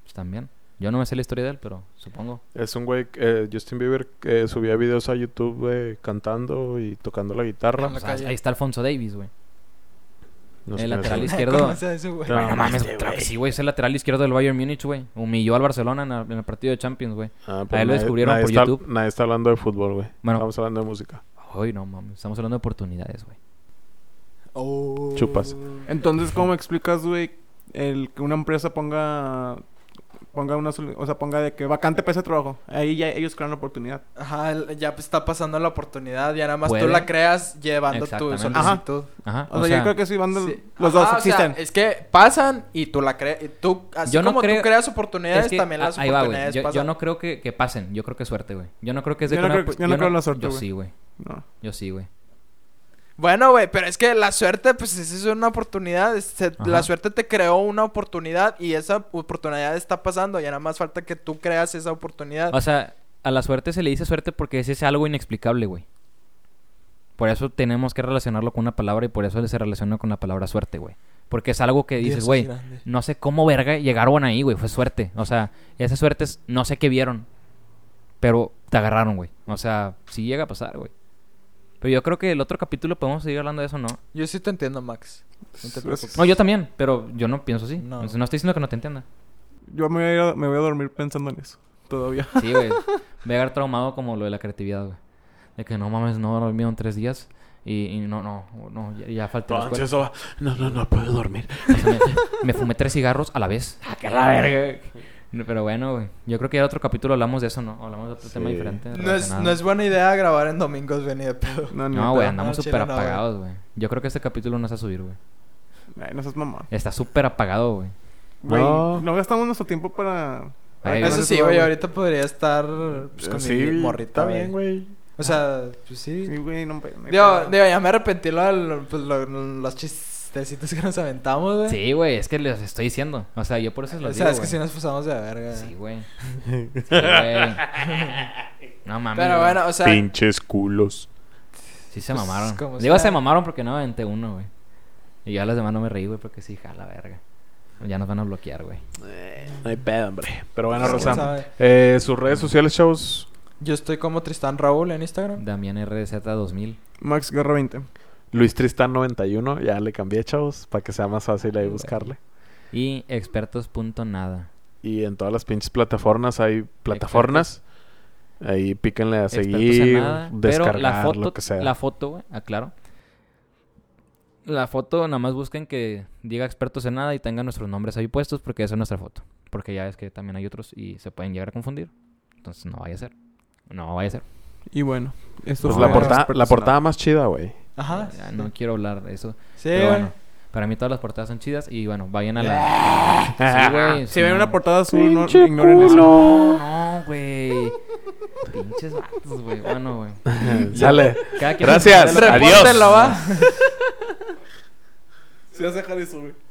Pues también. Yo no me sé la historia de él, pero supongo. Es un güey, eh, Justin Bieber eh, subía videos a YouTube güey, cantando y tocando la guitarra. En la O sea, calle. ahí está Alfonso Davis, güey. No el quién es lateral él. izquierdo. Conoce a ese Pues, güey. No, Güey, no mames, mames, claro que güey. sí, güey. Es el lateral izquierdo del Bayern Múnich, güey. Humilló al Barcelona en el, en el partido de Champions, güey. Ah, pero Ahí lo nadie- descubrieron nadie por está- YouTube. Nadie está hablando de fútbol, güey. Bueno. Estamos hablando de música. Ay, no mames. Estamos hablando de oportunidades, güey. Oh. Chupas. Entonces, ¿cómo me explicas, güey, el que una empresa ponga ponga una solu- o sea, ponga de que vacante para ese trabajo? Ahí ya ellos crean la oportunidad. Ajá, el- ya pues, está pasando la oportunidad. Ya nada más tú Puede. la creas llevando tu Exactamente. solicitud. Ajá. O, sea, yo creo que sí van de- Sí. los Ajá, dos o sea, existen. es que pasan y tú la creas. Tú, así Yo no como creo- tú creas oportunidades, es que también a- las ahí va, güey. oportunidades Yo, pasan. yo no creo que, que pasen. Yo creo que es suerte, güey. Yo no creo que es de que Yo no una creo- pe- yo no creo en la suerte, Yo güey. sí, güey. No. Yo sí, güey. Bueno, güey, pero es que la suerte, pues esa es una oportunidad. es- se- Ajá. la suerte te creó una oportunidad y esa oportunidad está pasando. Ya nada más falta que tú creas esa oportunidad. O sea, a la suerte se le dice suerte porque es ese algo inexplicable, güey. Por eso tenemos que relacionarlo con una palabra y por eso se relaciona con la palabra suerte, güey. Porque es algo que dices, Dios güey, grande. no sé cómo verga llegaron ahí, güey. Fue suerte. O sea, esa suerte es, no sé qué vieron. Pero te agarraron, güey. O sea, sí llega a pasar, güey. Pero yo creo que el otro capítulo podemos seguir hablando de eso, ¿no? Yo sí te entiendo, Max. No te preocupes. No, yo también, pero yo no pienso así. No. No, no estoy diciendo que no te entienda. Yo me voy, a ir a- me voy a dormir pensando en eso. Todavía. Sí, güey. Voy a llegar traumado como lo de la creatividad, güey. De que no mames, no he dormido en tres días. Y, y no, no, no, ya, ya falté. a la escuela. Entonces, oh, no, no, no puedo dormir. O sea, me, me fumé tres cigarros a la vez. ¡Ah, qué la verga! No, Pero bueno, güey. Yo creo que ya otro capítulo hablamos de eso, ¿no? Hablamos de otro tema Sí. diferente. No es, no es buena idea grabar en domingos, vení de pedo. No, ni No, de güey, pedo. andamos No, chile, súper no, güey. apagados, güey. Yo creo que este capítulo no se va a subir, güey. Ay, no seas mamá. Está súper apagado, güey. Güey, No. no. gastamos nuestro tiempo para... Ay, Eso güey. Eso es sí, todo, güey, güey. ahorita podría estar pues, con mi morrita, Eh, está bien, güey. O sea, pues sí. Sí, güey, no, no hay Digo, pedo. digo, ya me arrepentí lo, del- pues, lo- los chistecitos que nos aventamos, güey. Sí, güey, es que les estoy diciendo. O sea, yo por eso se O los sea, digo, es que si güey. nos pasamos de verga. Sí, güey. Sí, güey. No mames. Pero güey. bueno, o sea, Pinches culos. Sí se Pues, mamaron. como Digo, sea. se mamaron porque no aventé uno, güey. Y ya las demás no me reí, güey, porque sí, jala verga. Ya nos van a bloquear, güey. Eh, No hay pedo, hombre. Pero bueno, pues, quién Rosa. sabe. Eh, sus redes sociales, chavos. Yo estoy como Tristán Raúl en Instagram. Damián RZ2000. Max Garra 20. Luis Tristán 91. Ya le cambié, chavos, para que sea más fácil ahí buscarle. Y expertos.nada. Y en todas las pinches plataformas hay plataformas. Ahí píquenle a Expertos en seguir, nada, descargar, Pero la foto, lo que sea. La foto, güey, aclaro. La foto, nada más busquen que diga expertos en nada y tengan nuestros nombres ahí puestos porque esa es nuestra foto. Porque ya es que también hay otros y se pueden llegar a confundir. Entonces no vaya a ser. No vaya a ser. Y bueno, esto Pues fue la, portada, Expertos la en portada más chida, güey. Ajá. Ya, no quiero hablar de eso. Ah, Sí, Pero güey. bueno, para mí todas las portadas son chidas y bueno, vayan a la... Sí, güey. Si ven no. una portada azul, no, ignoren eso. culo! No, güey. Pinches vatos, güey. Bueno, güey. Sale. Cada quien- Gracias. Adiós. Repórtenlo, va. Se vas a dejar eso, güey.